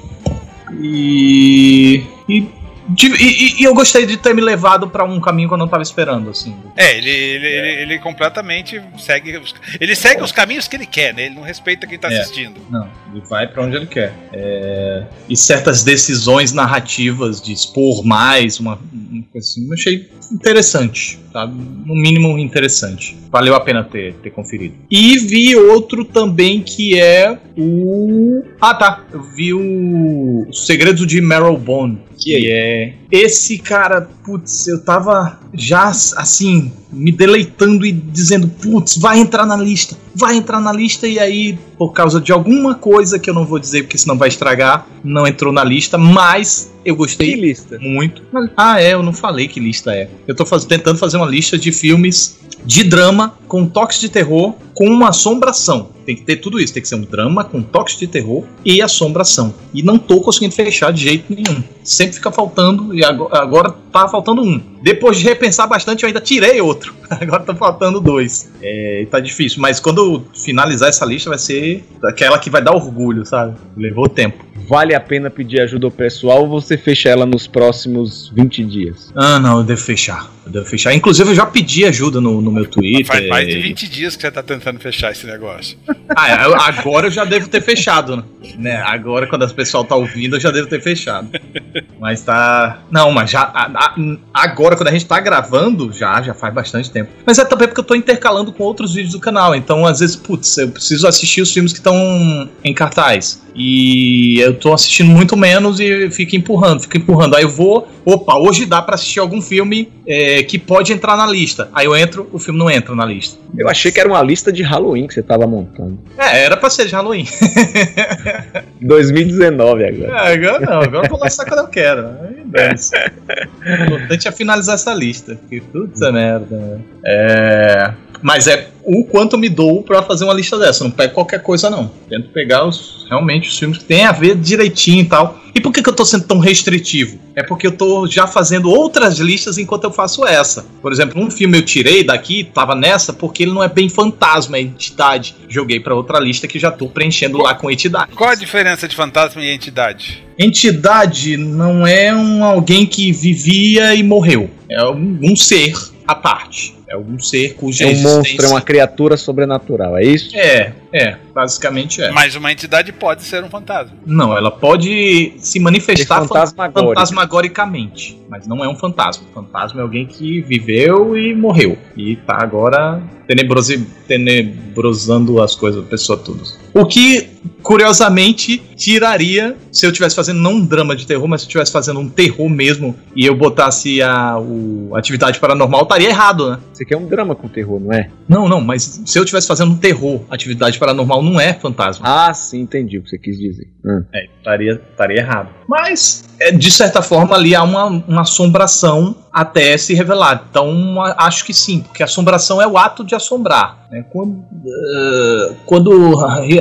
S2: E. E de- e, e- e eu gostei de ter me levado pra um caminho que eu não tava esperando, assim.
S4: É, ele, ele, ele, ele completamente segue. Os, ele segue os caminhos que ele quer, né? Ele não respeita quem tá
S2: É.
S4: assistindo.
S2: Não, ele vai pra onde ele quer. É, E certas decisões narrativas de expor mais, uma, uma coisa assim, eu achei interessante, sabe? No mínimo interessante. Valeu a pena ter, ter conferido. E vi outro também que é o. Ah, tá. Eu vi o. Os Segredos de Meryl Bone.
S3: E aí?
S2: Que é. Esse cara, putz, eu tava já assim, me deleitando e dizendo, putz, vai entrar na lista, vai entrar na lista, e aí, por causa de alguma coisa que eu não vou dizer, porque senão vai estragar, não entrou na lista, mas eu
S3: Que
S2: gostei
S3: lista.
S2: muito. Ah, é, eu não falei que lista é. Eu tô faz- tentando fazer uma lista de filmes de drama com toques de terror com uma assombração. Tem que ter tudo isso, tem que ser um drama com toques de terror e assombração. E não tô conseguindo fechar de jeito nenhum. Sempre fica faltando e ago- agora tá faltando um. Depois de repensar bastante, eu ainda tirei outro. Agora tá faltando dois. É, tá difícil, mas quando eu finalizar essa lista vai ser aquela que vai dar orgulho, sabe? Levou tempo.
S3: Vale a pena pedir ajuda ao pessoal ou você fecha ela nos próximos 20 dias?
S2: Ah, não, eu devo fechar. Eu devo fechar. Inclusive, eu já pedi ajuda no, no meu Twitter.
S4: Faz mais de 20 dias que você tá tentando fechar esse negócio.
S2: Ah, eu- agora eu já devo ter fechado, né? né? Agora, quando o pessoal tá ouvindo, eu já devo ter fechado. Mas tá. Não, mas já. a- a- agora, quando a gente tá gravando, já, já faz bastante tempo. Mas é também porque eu tô intercalando com outros vídeos do canal. Então, às vezes, putz, eu preciso assistir os filmes que estão em cartaz. E eu tô assistindo muito menos e fico empurrando, fico empurrando. Aí eu vou. Opa, hoje dá pra assistir algum filme é, que pode entrar na lista. Aí eu entro, o filme não entra na lista.
S3: Eu achei que era uma lista de Halloween que você tava montando.
S2: É, era pra ser de Halloween.
S3: 2019 agora.
S2: É, agora não, agora eu vou lançar quando eu quero. Aí dane-se. O importante é finalizar essa lista. Que puta merda. né? É. Mas é o quanto eu me dou pra fazer uma lista dessa. Eu não pego qualquer coisa, não. Tento pegar os, realmente os filmes que tem a ver direitinho e tal. E por que, que eu tô sendo tão restritivo? É porque eu tô já fazendo outras listas enquanto eu faço essa. Por exemplo, um filme eu tirei daqui, tava nessa, porque ele não é bem fantasma, é entidade. Joguei pra outra lista que já tô preenchendo lá com entidade.
S4: Qual a diferença de fantasma e entidade?
S2: Entidade não é um alguém que vivia e morreu. É um, um ser à parte. É um ser cuja
S3: É um
S2: existência...
S3: monstro, é uma criatura sobrenatural, é isso?
S2: É, é, basicamente é.
S4: Mas uma entidade pode ser um fantasma.
S2: Não, ela pode se
S3: É
S2: manifestar fan-
S3: fantasmagórico.
S2: fantasmagoricamente, mas não é um fantasma. Fantasma é alguém que viveu e morreu. E tá agora tenebrosi- tenebrosando as coisas, a pessoa tudo. O que, curiosamente, tiraria se eu estivesse fazendo não um drama de terror, mas se eu estivesse fazendo um terror mesmo e eu botasse a o, atividade paranormal, estaria errado, né?
S3: Você quer um drama com terror, não é?
S2: Não, não, mas se eu estivesse fazendo um terror, atividade paranormal não é fantasma.
S3: Ah, sim, entendi o que você quis dizer. Hum.
S2: É, estaria, estaria errado. Mas, é, de certa forma, ali há uma, uma assombração até se revelar. Então, uma- acho que sim, porque assombração é o ato de assombrar. né? Quando, eh, quando-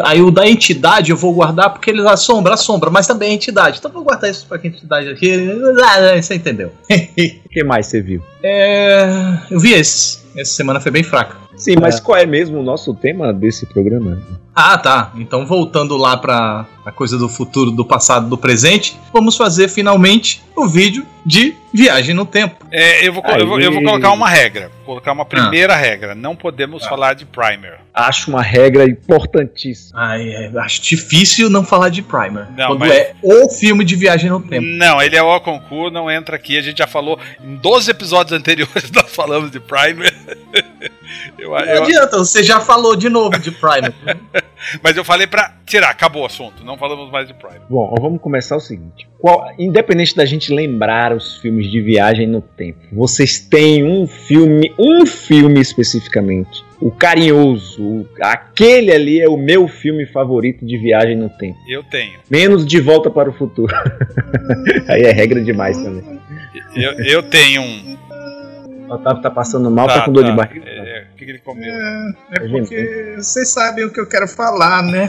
S2: aí o da entidade eu vou guardar porque ele assombra, assombra, mas também é entidade. Então vou guardar isso para que entidade aqui. Ah, Você entendeu?
S3: O que mais você viu?
S2: É, eu vi esse. Essa semana foi bem fraca.
S3: Sim, mas qual é mesmo o nosso tema desse programa?
S2: Ah, tá. Então, voltando lá pra a coisa do futuro, do passado, do presente, vamos fazer finalmente o vídeo de viagem no tempo.
S4: É, eu, vou, co- eu, vou, eu vou
S3: Aí.
S4: colocar uma regra. Vou colocar
S2: Ah.
S4: uma primeira regra. Não podemos falar de primer.
S3: Acho uma regra importantíssima.
S2: Ai, é, acho difícil não Hum, falar de Primer.
S4: Não,
S2: quando
S4: mas-
S2: é o filme de viagem no tempo.
S4: Não, ele é o concurso, não entra aqui. A gente já falou em 12 episódios anteriores, nós falamos de primer. Eu-
S2: Não
S4: eu-
S2: adianta, você já falou de novo de Primer.
S4: mas eu falei pra tirar, acabou o assunto. Não falamos mais de primer.
S3: Bom, ó, vamos começar o seguinte. Qual- independente da gente lembrar os filmes de viagem no tempo, vocês têm um filme, um filme especificamente, o carinhoso, o- aquele ali é o meu filme favorito de viagem no tempo.
S4: Eu tenho.
S3: Menos de volta para o futuro. Aí é regra demais também.
S4: Eu, eu tenho um.
S3: O Otávio tá passando mal, tá,
S4: Tá,
S3: com dor
S4: tá.
S3: de barriga.
S4: É, o que, que ele comeu?
S2: É
S3: porque
S2: vocês sabem o que eu quero falar, né?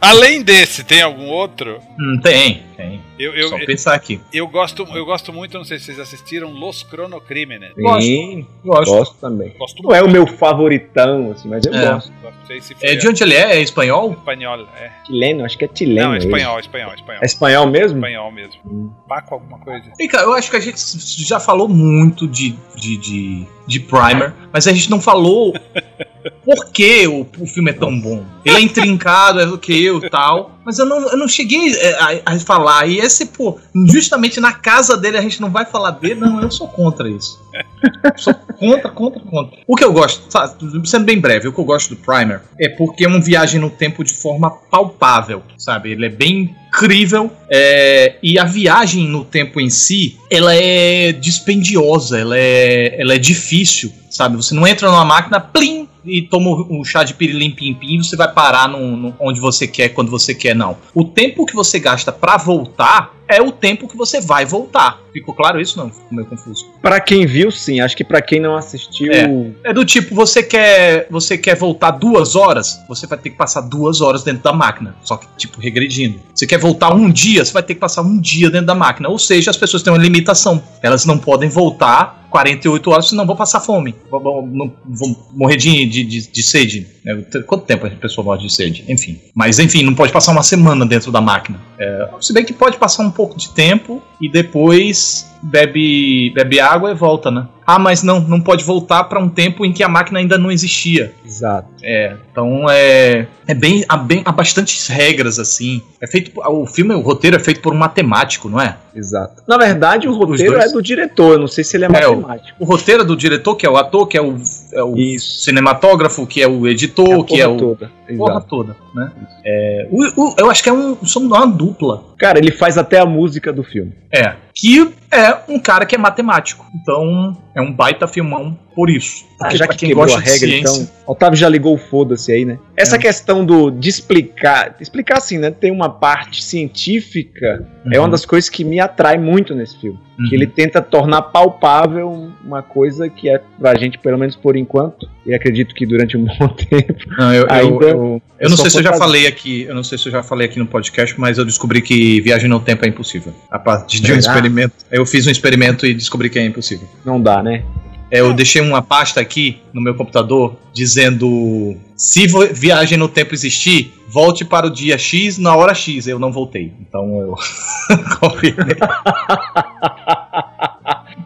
S4: Além desse, tem algum outro?
S2: Hum, tem, tem.
S4: Eu, eu,
S2: Só um pensar aqui.
S4: eu gosto, eu gosto muito, não sei se vocês assistiram, Los Cronocrímenes.
S3: Sim,
S2: Gosto.
S3: gosto também.
S4: Gosto
S3: Não é o
S4: muito,
S3: meu favoritão, assim, mas eu
S2: É.
S3: gosto.
S4: gosto, não sei se foi
S2: É, de onde ele é? É espanhol?
S4: espanhol, é.
S3: Chileno, acho que é chileno.
S4: Não, é
S3: ele.
S4: espanhol, espanhol, espanhol.
S3: É espanhol mesmo?
S4: Espanhol mesmo. Paco alguma coisa?
S2: Vem cá, eu acho que a gente já falou muito de, de, de, de Primer, mas a gente não falou por que o, o filme é tão bom. Ele é intrincado, é o que eu tal, mas eu não, eu não cheguei é, a, a falar. E esse, pô, justamente na casa dele a gente não vai falar dele, não, eu sou contra isso. Sou contra, contra, contra. O que eu gosto, sabe, sendo bem breve, o que eu gosto do Primer é porque é uma viagem no tempo de forma palpável, sabe? Ele é bem incrível é, e a viagem no tempo em si, ela é dispendiosa, ela é, ela é difícil, sabe? Você não entra numa máquina, plim, e toma um chá de pirilim pim pim, e você vai parar no, no- onde você quer, quando você quer, não. O tempo que você gasta pra voltar é o tempo que você vai voltar. Ficou claro isso? Não, ficou meio confuso.
S3: Pra quem viu, sim. Acho que pra quem não assistiu.
S2: É. É do tipo, você quer, você quer voltar duas horas, você vai ter que passar duas horas dentro da máquina. Só que, tipo, regredindo. Você quer voltar um dia, você vai ter que passar um dia dentro da máquina. Ou seja, as pessoas têm uma limitação. Elas não podem voltar 48 horas, senão vão passar fome. Vão, vão- não- vão morrer de, de, de- de sede. né? Quanto tempo a pessoa morre de sede? Enfim. Mas, enfim, não pode passar uma semana dentro da máquina. É, se bem que pode passar um pouco de tempo e depois bebe, bebe água e volta, né? Ah, mas não, não pode voltar para um tempo em que a máquina ainda não existia.
S3: Exato.
S2: É, então é, é bem, há bem, há bastantes regras assim. É feito, por- o filme, o roteiro é feito por um matemático, não é?
S3: Exato. Na verdade, o
S2: Os
S3: roteiro
S2: dois?
S3: é do diretor. Eu não sei se ele é,
S2: o-
S3: matemático.
S2: O roteiro é do diretor, que é o ator, que é o, é o
S3: Isso.
S2: cinematógrafo, que é o editor,
S3: a
S2: que é
S3: porra
S2: o
S3: toda.
S2: porra
S3: Exato.
S2: toda, né? É, o- o- eu acho que é um, são uma dupla.
S3: Cara, ele faz até a música do filme.
S2: É. Que é um cara que é matemático. Então, é um baita filmão por isso. Porque
S3: Ah, já
S2: Tá, pra
S3: que quebrou a regra, então. Otávio já ligou o foda-se aí, né? Essa
S2: É.
S3: questão do de explicar. Explicar assim, né? Tem uma parte científica. É uma das coisas que me atrai muito nesse filme.
S2: Uhum.
S3: Que ele tenta tornar palpável uma coisa que é pra gente, pelo menos por enquanto, e acredito que durante um bom tempo
S2: Não, eu, eu-
S3: ainda.
S2: eu- eu não
S3: só
S2: sei se eu já
S3: fantasia.
S2: falei aqui, eu não sei se eu já falei aqui no podcast, mas eu descobri que viagem no tempo é impossível. A partir de um
S3: Será?
S2: experimento, eu fiz um experimento e descobri que é impossível.
S3: Não dá, né?
S2: É, eu deixei uma pasta aqui no meu computador dizendo se vo- viagem no tempo existir, volte para o dia X na hora X. Eu não voltei. Então eu confirmei,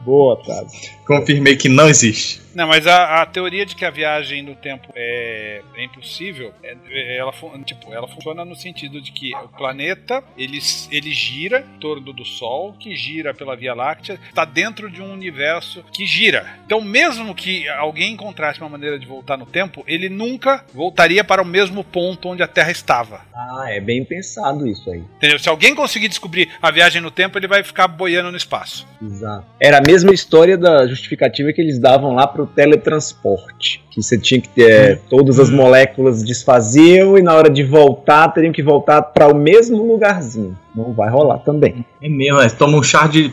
S3: Boa, Otávio.
S2: confirmei que não existe.
S4: Não, mas a, a teoria de que a viagem no tempo é, é impossível, é- é- ela, fun- tipo, ela funciona no sentido de que o planeta ele, s- ele gira em torno do Sol, que gira pela Via Láctea, está dentro de um universo que gira. Então, mesmo que alguém encontrasse uma maneira de voltar no tempo, ele nunca voltaria para o mesmo ponto onde a Terra estava.
S3: Ah, é bem pensado isso aí.
S4: Entendeu? Se alguém conseguir descobrir a viagem no tempo, ele vai ficar boiando no espaço.
S3: Exato. Era a mesma história da justificativa que eles davam lá pro teletransporte. Que você tinha que ter. eh, Todas as moléculas desfaziam e na hora de voltar, teriam que voltar pra o mesmo lugarzinho. Não vai rolar também.
S2: É mesmo, é. toma um chá de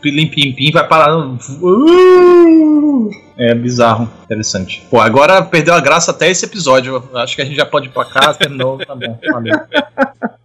S2: pilim-pim-pim, vai parar no. Uh! É bizarro, interessante. Pô, agora perdeu a graça até esse episódio. Eu Acho que a gente já pode ir pra casa, terminou, tá bom, valeu.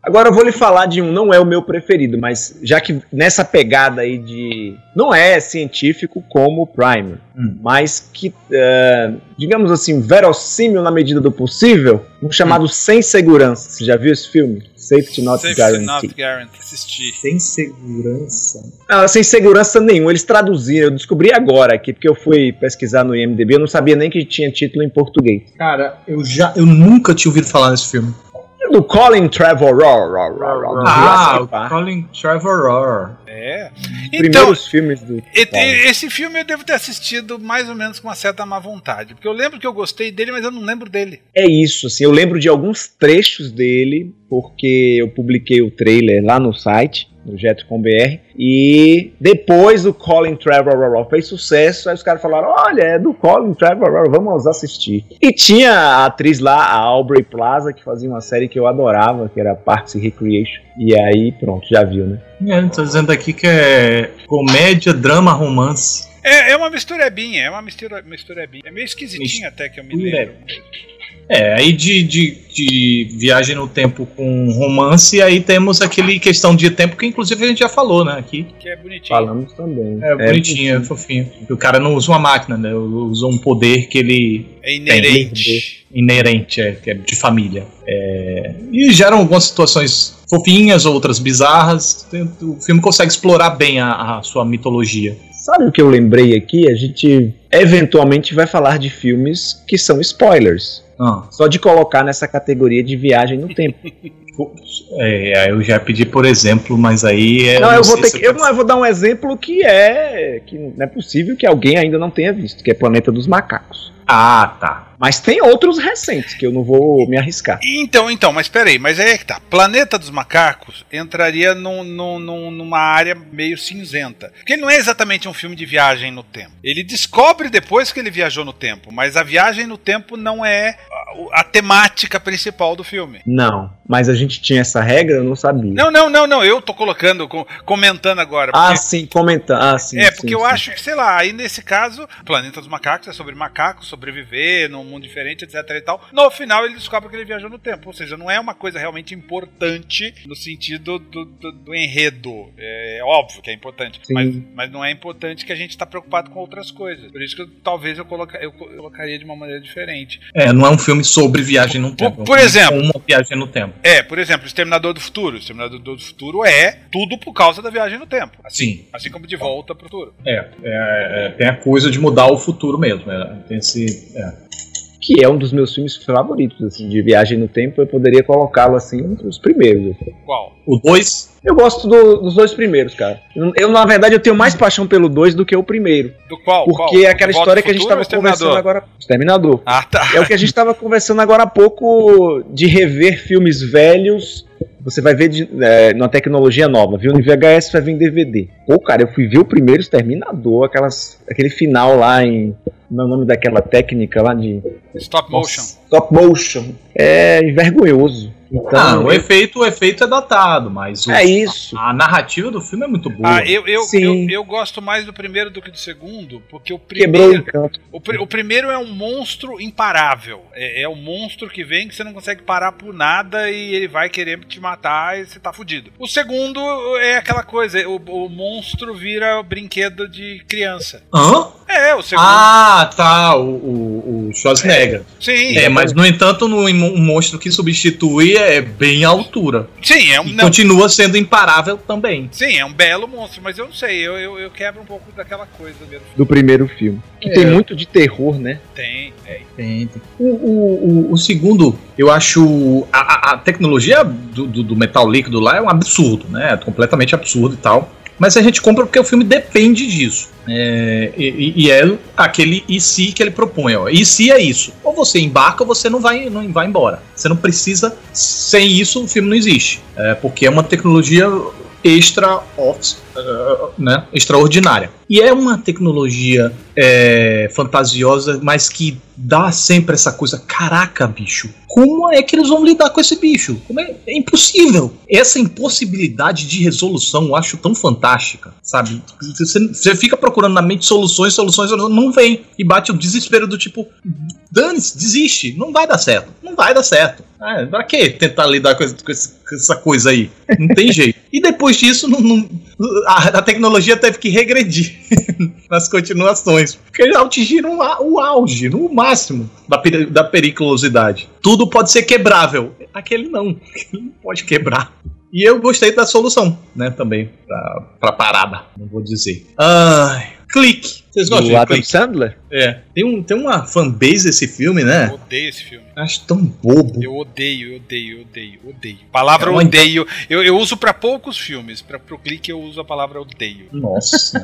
S3: Agora eu vou lhe falar de um, não é o meu preferido, mas já que nessa pegada aí de. Não é científico como o Primer.
S2: Hum.
S3: mas que, é, digamos assim, verossímil na medida do possível, um chamado Sem Segurança. Você já viu esse filme? Safety Not
S4: Safe
S3: Guaranteed.
S4: Not guarantee. Assistir.
S2: Sem segurança.
S3: Ah, sem segurança nenhuma, eles traduziram, eu descobri agora aqui, porque eu fui pesquisar no IMDB, eu não sabia nem que tinha título em português.
S2: Cara, eu já. Eu nunca tinha ouvido falar nesse filme.
S3: É do Colin Trevorrow, ro- ro- ro- do
S2: Ah,
S3: Jurassic
S2: o
S3: Park.
S2: Colin Trevorrow.
S4: É. Então,
S3: Primeiros filmes do
S4: E-
S3: Paulo.
S4: e- Esse filme eu devo ter assistido mais ou menos com uma certa má vontade. Porque eu lembro que eu gostei dele, mas eu não lembro dele.
S3: É isso, assim, eu lembro de alguns trechos dele, porque eu publiquei o trailer lá no site, no Jetcom.br, e depois o Colin Trevorrow fez sucesso, aí os caras falaram, olha, é do Colin Trevorrow, vamos assistir. E tinha a atriz lá, a Aubrey Plaza, que fazia uma série que eu adorava, que era Parks and Recreation, e aí pronto, já viu, né?
S2: É, ele tá dizendo aqui que é comédia, drama, romance.
S4: É, é uma misturebinha, é uma mistura, misturebinha. É meio esquisitinho até que eu me
S2: Mistura.
S4: lembro.
S2: É, aí de, de, de viagem no tempo com romance, aí temos aquele questão de tempo que inclusive a gente já falou, né? Aqui.
S4: Que é bonitinho.
S3: Falamos também.
S2: É, bonitinho, é fofinho. O cara não usa uma máquina, né? Usa um poder que ele
S4: É
S3: né?
S4: inerente.
S2: inerente, é, que é de família. É, e geram algumas situações fofinhas, outras bizarras. Tem- O filme consegue explorar bem a, a sua mitologia.
S3: Sabe o que eu lembrei aqui? A gente eventualmente vai falar de filmes que são spoilers.
S2: Ah,
S3: Só de colocar nessa categoria de viagem no tempo.
S2: é, aí eu já pedi por exemplo, mas aí é.
S3: não, eu vou
S2: sei
S3: ter
S2: se
S3: que, eu, não, eu vou dar um exemplo que é que não é possível que alguém ainda não tenha visto, que é Planeta dos Macacos.
S2: Ah, tá.
S3: Mas tem outros recentes que eu não vou me arriscar.
S4: Então, então, mas peraí, mas aí é que tá. Planeta dos Macacos entraria num, num- num- numa área meio cinzenta. Porque ele não é exatamente um filme de viagem no tempo. Ele descobre depois que ele viajou no tempo, mas a viagem no tempo não é a, a temática principal do filme.
S3: Não, mas a gente tinha essa regra, eu não sabia.
S4: Não, não, não, não, eu tô colocando, com- comentando agora.
S3: ah,
S4: porque-
S3: sim, comenta. Ah, sim.
S4: é,
S3: sim,
S4: porque eu
S3: sim.
S4: acho que, sei lá, aí nesse caso, Planeta dos Macacos é sobre macacos, sobreviver num mundo diferente, etc e tal. No final ele descobre que ele viajou no tempo, ou seja, não é uma coisa realmente importante no sentido do, do- do enredo. É óbvio que é importante,
S3: Sim.
S4: mas, mas não é importante que a gente tá preocupado com outras coisas. Por isso que eu- talvez eu, coloca- eu co- eu colocaria de uma maneira diferente.
S2: É, não é um filme sobre viagem no tempo. é um
S4: por
S2: filme
S4: exemplo.
S2: com Uma viagem no tempo.
S4: É, por exemplo, Exterminador do Futuro. Exterminador do Futuro é tudo por causa da viagem no tempo. Assim,
S2: Sim.
S4: assim como de volta pro futuro.
S2: É, é, é, tem a coisa de mudar o futuro mesmo. é, tem esse. é.
S3: que é um dos meus filmes favoritos, assim, de viagem no tempo, eu poderia colocá-lo assim entre os primeiros.
S4: Qual?
S2: O 2,
S3: Eu gosto do- dos dois primeiros, cara. Eu, eu, na verdade, eu tenho mais paixão pelo dois do que o primeiro.
S4: Do qual? Qual?
S3: Porque é aquela
S4: Volta
S3: história
S4: pro
S3: que a gente
S4: Futuro ou
S3: tava
S4: Exterminador?
S3: conversando agora. Exterminador.
S4: Ah, tá.
S3: É o que a gente estava conversando agora há pouco de rever filmes velhos. Você vai ver de, é, numa tecnologia nova, viu? No VHS vai vir em DVD. Pô, cara, eu fui ver o primeiro Exterminador, aquelas, aquele final lá em. Não é o nome daquela técnica lá de.
S4: Stop motion.
S3: Stop motion. É vergonhoso. Então,
S2: ah, o efeito, o efeito é datado, mas o-
S3: é isso.
S2: a narrativa do filme é muito boa.
S4: Ah, eu, eu,
S3: Sim.
S4: eu, eu gosto mais do primeiro do que do segundo, porque o
S3: Quebrou o
S4: primeiro,
S3: encanto.
S4: o, pri- o primeiro é um monstro imparável. É, é um monstro que vem que você não consegue parar por nada e ele vai querer te matar e você tá fudido. O segundo é aquela coisa, o, o monstro vira brinquedo de criança.
S2: Hã?
S4: É, o segundo.
S2: Ah, tá, o, o, o Schwarzenegger.
S4: sim,
S2: É, mas no entanto, no em- um monstro que substitui é bem à altura.
S4: sim, é um,
S2: E
S4: não,
S2: continua sendo imparável também.
S4: sim, é um belo monstro, mas eu não sei, eu, eu, eu quebro um pouco daquela coisa mesmo.
S3: Do primeiro filme. Que
S2: É.
S3: tem muito de terror, né?
S4: Tem, é,
S2: Tem, tem. O, o, o, o segundo, eu acho. A, a- a tecnologia do, do, do metal líquido lá é um absurdo, né? É completamente absurdo e tal. Mas a gente compra porque o filme depende disso. É, e, e- e é aquele e se que ele propõe. Ó. E se é isso? Ou você embarca ou você não vai, não vai embora. Você não precisa. Sem isso, o filme não existe. É, porque é uma tecnologia extra off, eh, né? extraordinária. E é uma tecnologia é, fantasiosa, mas que dá sempre essa coisa, caraca, bicho, como é que eles vão lidar com esse bicho? Como é, é impossível. Essa impossibilidade de resolução eu acho tão fantástica, sabe? Você, você fica procurando na mente soluções, soluções, soluções, não vem. E bate o desespero do tipo, dane-se, desiste, não vai dar certo, não vai dar certo. Ah, pra que tentar lidar com, esse- com esse- com essa coisa aí? Não tem jeito. E depois disso, não- não- a- a tecnologia teve que regredir nas continuações. Porque eles atingiram a- o auge, no máximo da, peri- da periculosidade. Tudo pode ser quebrável. Aquele não, aquele não pode quebrar. E eu gostei da solução, né, também, pra, pra parada, não vou dizer. Ai, clique. Vocês gostam
S3: Do
S2: de
S3: Adam
S2: clique?
S3: Sandler.
S2: É. Tem, um, tem uma fanbase esse filme, né?
S4: eu odeio esse filme.
S2: Acho tão bobo.
S4: Eu odeio, eu odeio, eu odeio, odeio. Palavra
S2: Uhum. É uma-
S4: odeio, eu, eu uso pra poucos filmes. Pra, pro clique eu uso a palavra odeio.
S2: Nossa.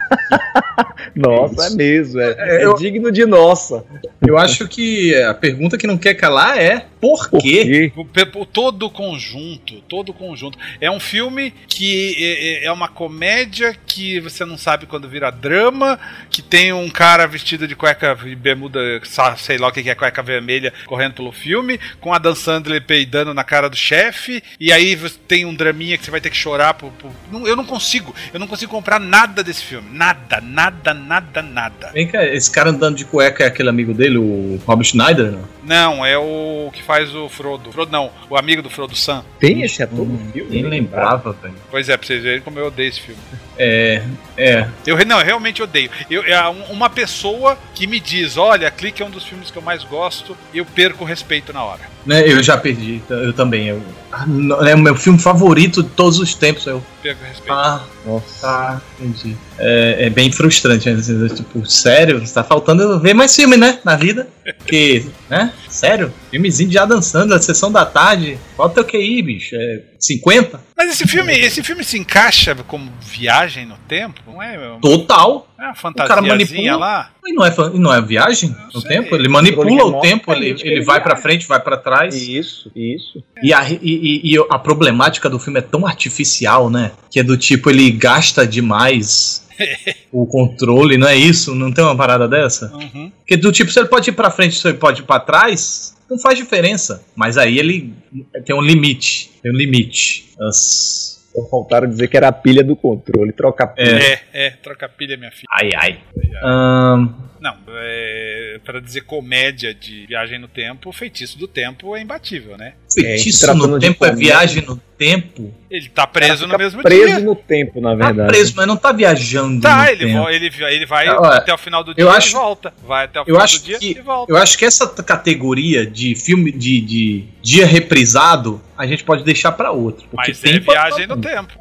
S3: Nossa,
S2: Isso.
S3: é mesmo. É,
S2: É,
S3: é
S2: eu-
S3: digno de nossa.
S2: eu acho que a pergunta que não quer calar é por
S3: Por
S2: quê?
S3: quê?
S4: O pe- o- Todo o conjunto, todo o conjunto. É um filme que é, é- é uma comédia que você não sabe quando vira drama, que tem um cara vestido de cueca e bermuda, sa- sei lá o que que é, cueca vermelha, correndo pelo filme, com a Dan Sandler peidando na cara do chefe, e aí você tem um draminha que você vai ter que chorar. Por, por- Não, eu não consigo, eu não consigo comprar nada desse filme. Nada, nada, nada, nada.
S2: Vem cá, esse cara andando de cueca é aquele amigo dele, o Rob Schneider, não?
S4: Não, é o que faz o Frodo. Frodo não, o amigo do Frodo Sam.
S3: Tem esse ator no
S5: Hum,
S3: filme?
S5: Nem lembrava, velho.
S4: Pois é, pra vocês verem como eu odeio esse filme.
S5: É, é.
S4: Eu re- não, eu realmente odeio. Eu, é um- uma pessoa que me diz, olha, clique é um dos filmes que eu mais gosto, eu perco o respeito na hora.
S2: Né, eu já perdi, t- eu também. eu- Ah, não, é o meu filme favorito de todos os tempos. Eu,
S4: Perco o respeito.
S2: ah,
S3: Nossa.
S2: tá, entendi. É, é bem frustrante, né? assim, Tipo, sério, tá faltando ver mais filme, né? Na vida. Porque, né? Sério, filmezinho já dançando, a sessão da tarde. Qual o teu QI, bicho? É 50?
S4: Mas esse filme, esse filme se encaixa como viagem no tempo? Não é? meu?
S2: Total.
S4: É uma
S2: cara
S4: fantasiazinha
S2: manipula.
S4: lá?
S2: E não é, fa- e não é viagem no
S4: sei.
S2: tempo? Ele manipula
S3: Controle
S2: o
S3: remoto,
S2: tempo,
S3: é
S2: ele,
S3: isso que
S2: ele
S3: ele
S2: vai
S3: viaja.
S2: pra frente, vai pra trás.
S3: Isso, isso.
S2: E a, e- e- e a problemática do filme é tão artificial, né? Que é do tipo, ele gasta demais o controle, não é isso? Não tem uma parada dessa?
S4: Uhum.
S2: Porque do tipo, se ele pode ir pra frente, se ele pode ir pra trás, não faz diferença. Mas aí ele tem um limite. Tem um limite. As-
S3: Só faltaram dizer que era a pilha do controle, troca a pilha.
S4: É. é, troca a pilha, minha filha.
S2: Ai, ai. Ahn,
S4: Não, é, para dizer comédia de viagem no tempo, o feitiço do tempo é imbatível, né?
S3: se
S2: feitiço
S3: tratando
S2: no
S3: de
S2: tempo é
S3: comédia.
S2: viagem no tempo.
S4: Ele tá preso
S3: Fica
S4: no mesmo
S3: preso
S4: dia.
S3: no tempo, na
S2: Tá
S3: verdade.
S2: preso, mas não tá viajando
S4: Tá,
S2: no
S4: ele,
S2: tempo.
S4: vo- ele, vi- ele vai
S2: Olha,
S4: até o final do dia
S2: eu
S4: e
S2: acho-
S4: volta. Vai até o
S2: eu
S4: final
S2: acho
S4: do dia
S2: que-
S4: e volta.
S2: Eu acho que essa t- categoria de filme de, de dia reprisado a gente pode deixar pra outro. Porque
S4: Mas
S2: tem
S4: é
S2: pra-
S4: viagem no tempo.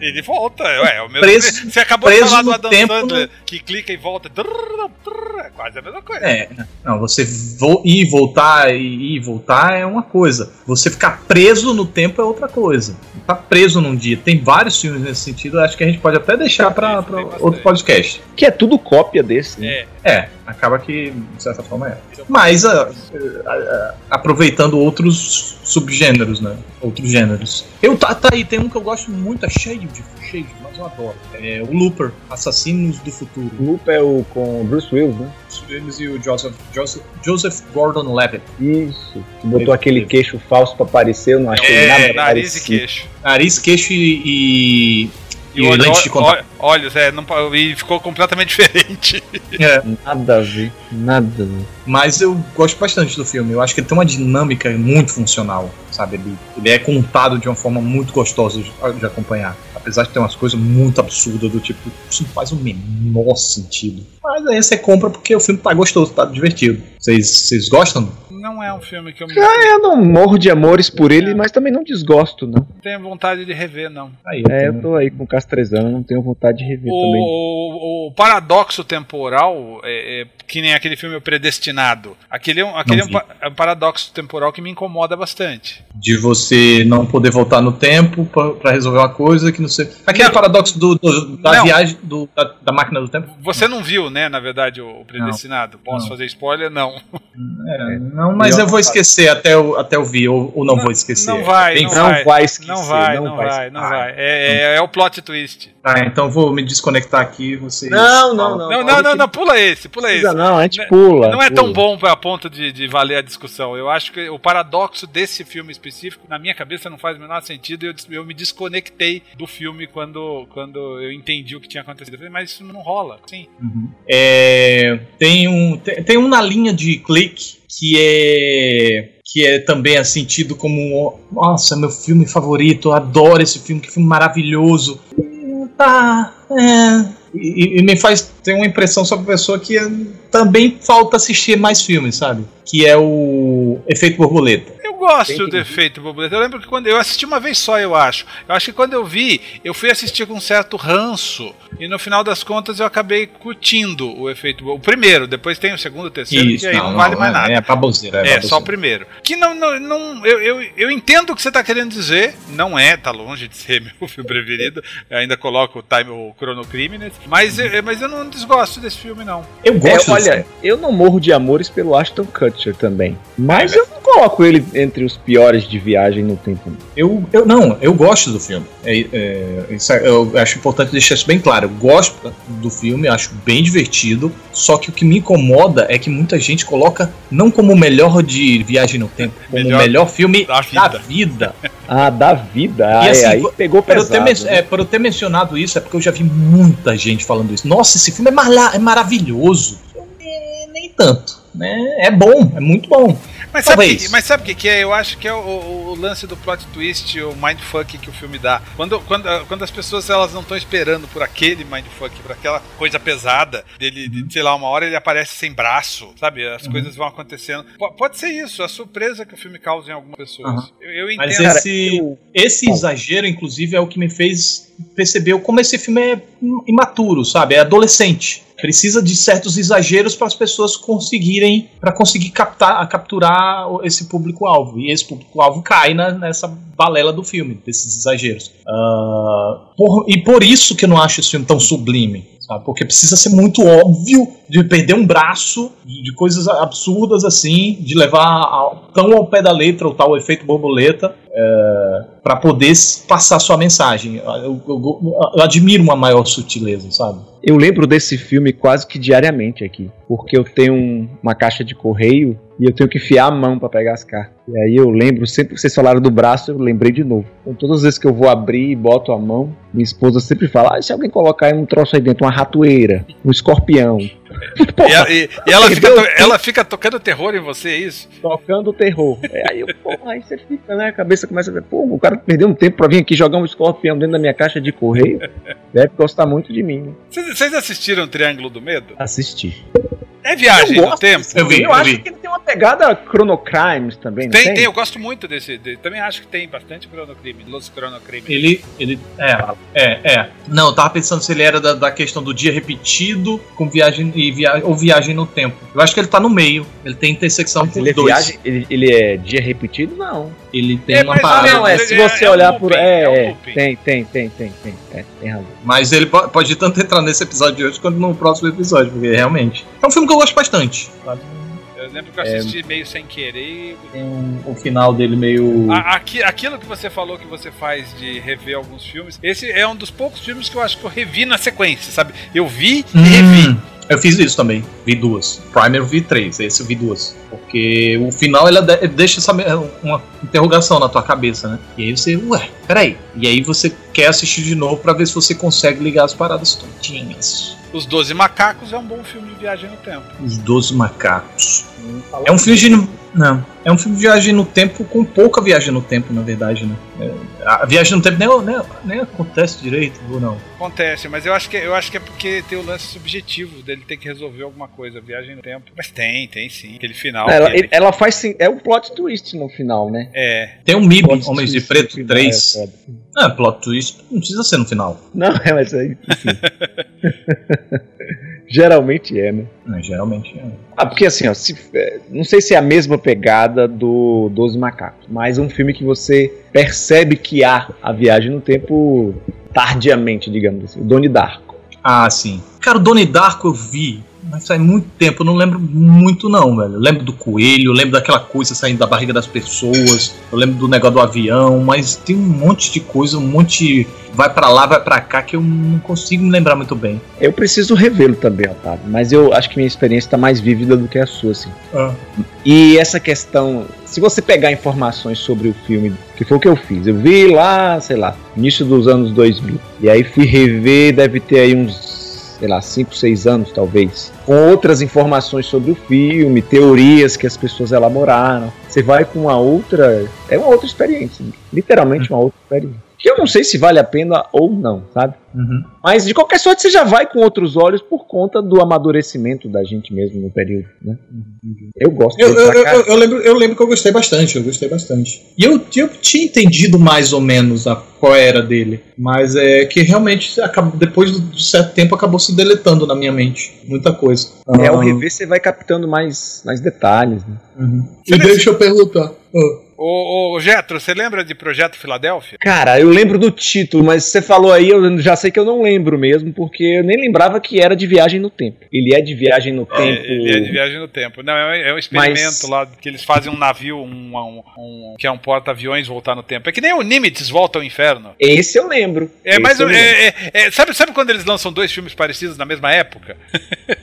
S4: Ele volta, ué, é o mesmo.
S2: Preso-
S4: Você acabou de
S2: preso
S4: falar do
S2: no
S4: Adam
S2: tempo
S4: Sandler, que clica e volta. Drrr, drrr, é quase a mesma coisa.
S2: É, não, você vo- ir e voltar e ir e voltar é uma coisa. Você ficar preso no tempo é outra coisa. Tá preso num dia. Tem vários filmes nesse sentido, acho que a gente pode até deixar pra
S4: Tem,
S2: pra
S4: tem bastante.
S2: outro podcast.
S3: Que é tudo cópia desse. né?
S4: É.
S2: É, acaba que, de certa forma, é. Mas ah, ah, ah, aproveitando outros subgêneros, né? Outros gêneros. Eu, tá, tá aí, tem um que eu gosto muito, é cheio de, cheio de, mas eu adoro. É o Looper, Assassinos do
S3: O
S2: Futuro.
S3: Lupa é o com o Bruce Willis, né?
S2: Eles e o Joseph, Joseph, Joseph Gordon-Levitt.
S3: Isso. Que botou aquele queixo falso pra aparecer, eu não achei
S4: É,
S3: nada
S4: nariz e
S3: parecido.
S4: queixo.
S2: Nariz, queixo e... e... E
S4: olho-
S2: lente de
S4: ó-
S2: contato.
S4: ó- Olhos, é, não, pa- e ficou completamente diferente.
S2: é,
S3: Nada a ver. Nada a ver.
S2: Mas eu gosto bastante do filme. Eu acho que ele tem uma dinâmica muito funcional, sabe? Ele, ele é contado de uma forma muito gostosa de, de acompanhar. Apesar de ter umas coisas muito absurdas, do tipo, isso não faz o menor sentido. Mas aí você compra porque o filme tá gostoso, tá divertido. Vocês vocês gostam?
S4: Não é um filme que eu me
S3: Ah, Eu não morro de amores por ele, mas também não desgosto, não.
S4: tenho vontade de rever, não.
S2: Aí,
S3: É, eu
S2: tem-
S3: tô aí com o Castrezano, não tenho vontade de rever também.
S4: O, o- o paradoxo temporal, é, é que nem aquele filme O Predestinado, aquele, é um- aquele é, um,
S2: vi.
S4: pa- é um paradoxo temporal que me incomoda bastante.
S2: De você não poder voltar no tempo pra pra resolver uma coisa que não sei. Aquele
S4: Não.
S2: paradoxo do, do- da
S4: Não.
S2: viagem, do- da, da máquina do tempo?
S4: Você não viu, né, na verdade, o Predestinado? Posso
S2: Não.
S4: fazer spoiler? Não.
S2: É, não, mas
S3: Melhor
S2: eu vou
S3: não
S2: esquecer até eu, até eu vir, ou, ou não,
S4: Não-
S2: vou esquecer.
S4: não vai,
S2: Tem-
S4: não
S3: Não um vai, esquecer.
S4: Não vai, não vai, não vai. É, é- é o plot twist.
S2: Tá, então eu vou me desconectar aqui e vocês.
S3: Não, não,
S2: falam.
S4: Não, não, não, não, pula esse, pula esse.
S3: Precisa não, a gente
S4: é Não-
S3: pula.
S4: Não é
S3: pula.
S4: tão bom a ponto de, de valer a discussão. Eu acho que o paradoxo desse filme específico, na minha cabeça, não faz o menor sentido. e Eu, des- eu me desconectei do filme quando, quando eu entendi o que tinha acontecido. Eu falei, mas isso não rola. Sim.
S2: Uhum. É, tem, um, tem, tem um na linha de clique que é. Que é também assim, tido como. um- Nossa, meu filme favorito, eu adoro esse filme, que filme maravilhoso. E, Tá. É. E, e me faz ter uma impressão sobre a pessoa que eh, também falta assistir mais filmes, sabe? Que é o Efeito Borboleta.
S4: Eu gosto
S3: Tem
S4: do
S3: que-
S4: efeito borboleta. Eu lembro que quando eu assisti uma vez só, eu acho. Eu acho que quando eu vi, eu fui assistir com um certo ranço. E no final das contas, eu acabei curtindo o efeito borboleta. O primeiro, depois tem o segundo, o terceiro, e aí não, vale mais
S2: é,
S4: nada.
S2: É baboseira.
S4: É,
S2: baboseira.
S4: só o primeiro. Que não. não, não- eu, eu, eu entendo o que você tá querendo dizer. Não é, tá longe de ser meu filme preferido. Eu ainda coloco o Time o Chrono Criminals. Mas, eu- mas eu não desgosto desse filme, não.
S2: Eu
S3: É,
S2: gosto desse
S3: olha, eu não morro de amores pelo Ashton Kutcher também. Mas
S4: É.
S3: eu não coloco ele entre os piores de viagem no tempo. não.
S2: Eu, eu não, eu gosto do filme. É, é, isso é- eu acho importante deixar isso bem claro. Eu gosto do filme, acho bem divertido. Só que o que me incomoda é que muita gente coloca não como o melhor de Viagem no Tempo, como
S4: Melhor
S2: o melhor filme da
S4: da vida.
S2: vida.
S3: Ah, da vida. Ah, é,
S2: assim,
S3: aí
S2: vo-
S3: pegou
S2: Por eu, ter,
S3: pesado. né?
S2: men- é, por eu ter mencionado isso, é porque eu já vi muita gente falando isso. Nossa, esse filme é, marla- é maravilhoso. Eu, eh, nem tanto. né, é bom, é muito bom.
S4: Mas sabe,
S2: Talvez.
S4: que- mas sabe o que, que é? Eu acho que é o, o- o lance do plot twist, o mindfuck que o filme dá. Quando, quando, quando as pessoas elas não estão esperando por aquele mindfuck, por aquela coisa pesada dele, de, sei lá, uma hora ele aparece sem braço, sabe?
S2: Uhum.
S4: As coisas vão acontecendo. Po- pode ser isso, a surpresa que o filme causa em algumas pessoas. Eu, eu entendo.
S2: Uhum. Mas é,
S3: Cara,
S2: esse, esse exagero, inclusive, é o que me fez perceber como esse filme é imaturo, sabe? É adolescente. Precisa de certos exageros para as pessoas conseguirem, para conseguir captar, capturar o- esse público-alvo. E esse público-alvo cai na- nessa balela do filme, desses exageros. Ah, por- e por isso que eu não acho esse filme tão sublime. sabe? Porque precisa ser muito óbvio de perder um braço, de, de coisas absurdas assim, de levar ao- tão ao pé da letra o tal efeito borboleta para poder s- passar sua mensagem. Eu, eu- eu admiro uma maior sutileza, sabe?
S3: Eu lembro desse filme quase que diariamente aqui, porque eu tenho um- uma caixa de correio e eu tenho que enfiar a mão pra pegar as cartas. E aí eu lembro, sempre que vocês falaram do braço, eu lembrei de novo. Então, todas as vezes que eu vou abrir e boto a mão, minha esposa sempre fala: ah, se alguém colocar aí um troço aí dentro, uma ratoeira, um escorpião.
S4: E, a- e- e ela, fica,
S2: um
S3: Entendeu?
S4: to- ela fica tocando terror em você, é isso?
S3: Tocando o terror. É, aí, eu, porra, aí você fica, né? A cabeça começa a ver, pô, o cara perdeu um tempo pra vir aqui jogar um escorpião dentro da minha caixa de correio. Deve gostar muito de mim. né?
S4: Vocês vocês assistiram Triângulo do Medo?
S3: Assistir.
S4: É viagem no tempo?
S3: desse filme.
S2: Eu vi,
S3: eu
S2: eu
S3: acho
S2: vi.
S3: que ele tem uma pegada Chrono Crimes também, não
S4: Tem,
S3: tem?
S4: tem, eu gosto muito desse. de- também acho que tem bastante cronocrime, Los Cronocrime.
S2: Ele. ele é, é, é. Não, eu tava pensando se ele era da, da questão do dia repetido com viagem e via, ou viagem no tempo. Eu acho que ele tá no meio. Ele tem intersecção com
S3: Ele é,
S2: os dois.
S3: viagem, ele, ele é dia repetido? Não. Ah,
S2: Ele tem uma
S4: mas
S2: parada.
S5: não, é,
S3: Se você olhar por. É, é,
S4: looping.
S3: tem, tem, tem, tem, tem. É, tem razão.
S2: Mas ele po- pode tanto entrar nesse episódio de hoje quanto no próximo episódio, porque realmente. É um filme que eu gosto bastante.
S4: Eu lembro que eu assisti meio sem querer.
S2: Tem um, o final dele meio.
S4: A- aqui- aquilo que você falou que você faz de rever alguns filmes, esse é um dos poucos filmes que eu acho que eu revi na sequência, sabe? Eu vi e revi.
S2: Hum, eu fiz isso também. Vi duas. Primer eu vi três, esse eu vi duas. Porque o final ela de- deixa essa, me- uma interrogação na tua cabeça, né? E aí você, ué, peraí. E aí você quer assistir de novo pra ver se você consegue ligar as paradas todinhas.
S4: Os Doze Macacos é um bom filme de viagem no tempo.
S2: Os Doze Macacos. É um filme de. Não. É um filme de viagem no tempo com pouca viagem no tempo, na verdade, né? É, a viagem no tempo nem, nem, nem acontece direito, ou não.
S4: Acontece, mas eu acho que eu acho que é porque tem o lance subjetivo dele ter que resolver alguma coisa, viagem no tempo. Mas tem, tem sim. Aquele final.
S3: Ela,
S4: que ele-
S3: ela faz sim. É um plot twist no final, né?
S4: é,
S2: Tem um o MIB,
S3: Plot
S2: Homens de
S3: twist no
S2: Preto
S3: final,
S2: 3.
S3: é foda.
S2: Ah, plot twist não precisa ser no final.
S3: Não, é, mas aí. enfim. Geralmente é, né?
S2: É, geralmente é.
S3: Ah, porque assim, ó, se- eh, não sei se é a mesma pegada do Doze Macacos, mas um filme que você percebe que há a viagem no tempo tardiamente, digamos assim. O Doni Darko.
S2: Ah, sim. Cara, o Donnie Darko eu vi, mas faz muito tempo, eu não lembro muito não, velho. Eu lembro do coelho, eu lembro daquela coisa saindo da barriga das pessoas, eu lembro do negócio do avião, mas tem um monte de coisa, um monte de vai pra lá, vai pra cá que eu não consigo me lembrar muito bem.
S3: Eu preciso revê-lo também, Otávio, mas eu acho que minha experiência está mais vívida do que a sua, assim.
S2: Ah.
S3: E essa questão, se você pegar informações sobre o filme, que foi o que eu fiz, eu vi lá, sei lá, início dos anos 2000, e aí fui rever, deve ter aí uns, sei lá, 5, 6 anos talvez, com outras informações sobre o filme, teorias que as pessoas elaboraram. Você vai com uma outra, é uma outra experiência, literalmente uma outra experiência. Que eu não sei se vale a pena ou não, sabe?
S2: Uhum.
S3: Mas de qualquer sorte você já vai com outros olhos por conta do amadurecimento da gente mesmo no período, né? Eu gosto
S2: Eu,
S3: dele
S2: eu,
S3: pra
S2: eu,
S3: caralho.
S2: eu- eu lembro, eu lembro que eu gostei bastante, eu gostei bastante. E eu, eu tinha entendido mais ou menos a, qual era dele, mas é que realmente acabou, depois de um certo tempo acabou se deletando na minha mente, muita coisa.
S3: É, ao
S2: Ah,
S3: rever você vai captando mais, mais detalhes. Né?
S2: uhum. E deixa eu perguntar. ah,
S4: Ô, ô, Getro, você lembra de Projeto Filadélfia?
S3: Cara, eu lembro do título, mas você falou aí, eu já sei que eu não lembro mesmo, porque eu nem lembrava que era de viagem no tempo. Ele é de viagem no tempo.
S4: É, ele é de viagem no tempo. Não, é um, é um experimento
S3: Mas-
S4: lá que eles fazem um navio, um, um- um- que é um porta-aviões voltar no tempo. É que nem o Nimitz volta ao inferno.
S3: Esse eu lembro.
S4: É,
S3: Esse
S4: mas
S3: eu lembro.
S4: é, sabe, sabe quando eles lançam dois filmes parecidos na mesma época?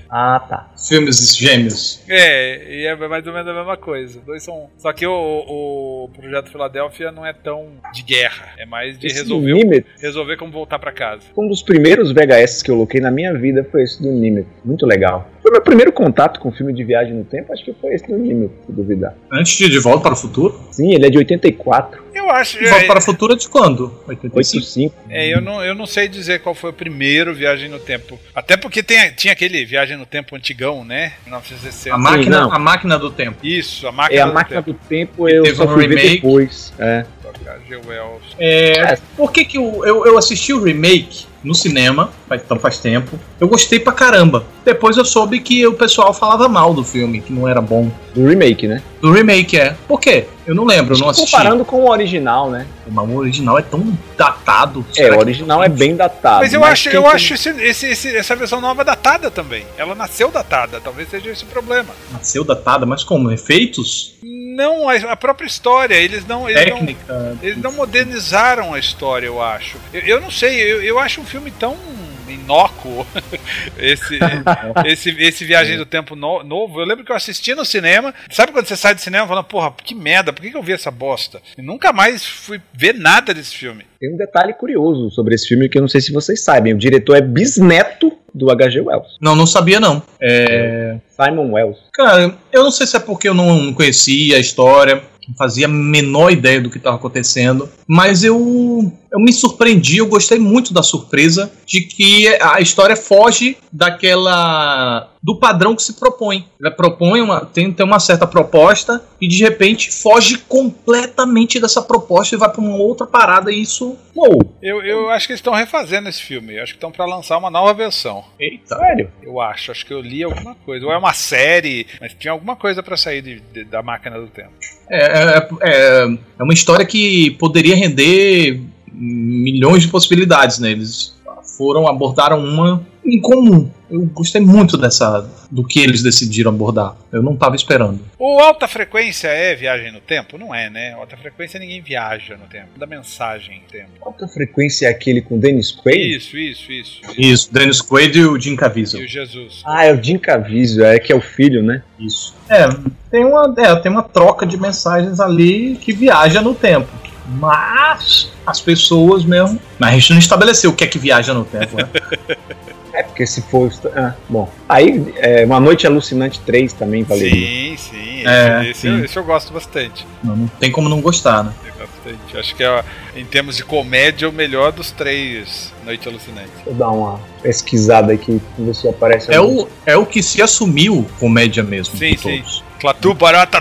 S3: Ah, tá.
S2: Filmes gêmeos.
S4: É, e é mais ou menos a mesma coisa. Os Dois são. Só que o, o Projeto Filadélfia não é tão de guerra. É mais de
S3: Esse
S4: resolver,
S3: Nimitz
S4: resolver como voltar pra casa.
S3: Foi Um dos primeiros VHS que eu loquei na minha vida foi esse do Nimitz. Muito legal. Foi meu primeiro contato com filme de viagem no tempo, acho que foi esse do Nimitz, se duvidar.
S2: Antes de De Volta para o Futuro?
S3: Sim, ele é de 84,
S4: Eu acho.
S2: De Volta
S4: é-
S2: para o Futuro é de quando? 85.
S3: 85.
S4: É, eu não, eu não sei dizer qual foi o primeiro Viagem no Tempo. Até porque tem, tinha aquele Viagem no Tempo antigão, né? 1960.
S2: A máquina,
S3: não.
S2: a máquina do tempo.
S4: Isso, a máquina
S3: É a
S4: do
S3: máquina
S4: tempo.
S3: do tempo, eu
S2: Teve
S3: só
S2: um
S3: fui ver
S2: remake.
S3: depois. É.
S4: H. G. Wells.
S2: É, por que que eu, eu, eu assisti o remake no cinema, faz- então faz tempo, eu gostei pra caramba. Depois eu soube que o pessoal falava mal do filme, que não era bom.
S3: Do remake, né?
S2: Do remake, é. Por quê? Eu não lembro, eu não assisti.
S3: Comparando com o original, né?
S2: Mas o original é tão datado.
S3: É,
S2: Será
S3: o
S2: que-
S3: original é bem datado.
S4: Mas eu acho,
S3: quem
S4: eu
S3: tem- um
S4: acho esse- esse- esse- essa versão nova datada também. Ela nasceu datada, talvez seja esse o problema.
S2: Nasceu datada, mas como? Efeitos?
S4: Não, a, a própria história, eles não. Eles não
S2: Técnica?
S4: eles não modernizaram a história, eu acho. Eu, eu não sei, eu, eu acho um filme tão inócuo esse, esse, esse Viagem do Tempo no- novo. Eu lembro que eu assisti no cinema. Sabe quando você sai do cinema falando, porra, que merda, por que que eu vi essa bosta? E nunca mais fui ver nada desse filme.
S3: Tem um detalhe curioso sobre esse filme que eu não sei se vocês sabem. O diretor é bisneto do H.G. Wells.
S2: Não, não sabia não.
S3: Simon Wells.
S2: Cara, eu não sei se é porque eu não conhecia a história, não fazia a menor ideia do que estava acontecendo, mas eu, eu me surpreendi, eu gostei muito da surpresa de que a história foge daquela. do padrão que se propõe. Ela propõe uma. tem, tem uma certa proposta e de repente foge completamente dessa proposta e vai para uma outra parada e isso. Uou!
S4: Eu, eu acho que eles estão refazendo esse filme. Eu acho que estão pra lançar uma nova versão.
S2: Eita!
S3: Sério?
S4: Eu acho. Acho que eu li alguma coisa. Ou é uma série, mas tinha alguma coisa pra sair de- de- da máquina do tempo.
S2: É, é, é, é uma história que poderia render milhões de possibilidades, né? Eles foram, abordaram uma em comum. Eu gostei muito dessa do que eles decidiram abordar. Eu não tava esperando.
S4: O alta frequência é viagem no tempo? Não é, né? Alta frequência ninguém viaja no tempo. Da mensagem no tempo.
S3: Qual que é a frequência é aquele com Dennis Quaid?
S4: Isso, isso, isso. isso.
S2: Isso, Dennis Quaid e o Jim Caviezel.
S4: E o Jesus.
S3: Ah, é o Jim Caviezel, é que é o filho, né?
S2: Isso. É, tem uma, é, tem uma troca de mensagens ali que viaja no tempo. Mas as pessoas mesmo. Mas a gente não estabeleceu o que é que viaja no tempo, né?
S3: É, porque se for... Ah, bom. Aí, é, Uma Noite Alucinante 3 também, Valeria.
S4: Sim, sim. Esse,
S2: É,
S4: esse
S2: sim.
S4: Eu, esse eu gosto bastante.
S2: não, não tem como não gostar, né?
S4: Eu gosto bastante. Acho que é, em termos de comédia, o melhor dos três Noite Alucinante.
S3: Deixa eu dar uma pesquisada aqui, ver se aparece
S2: É
S3: algum.
S2: o, é o que se assumiu comédia mesmo.
S4: Sim,
S2: Sim,
S4: sim.
S2: todos.
S4: Clatu Barata.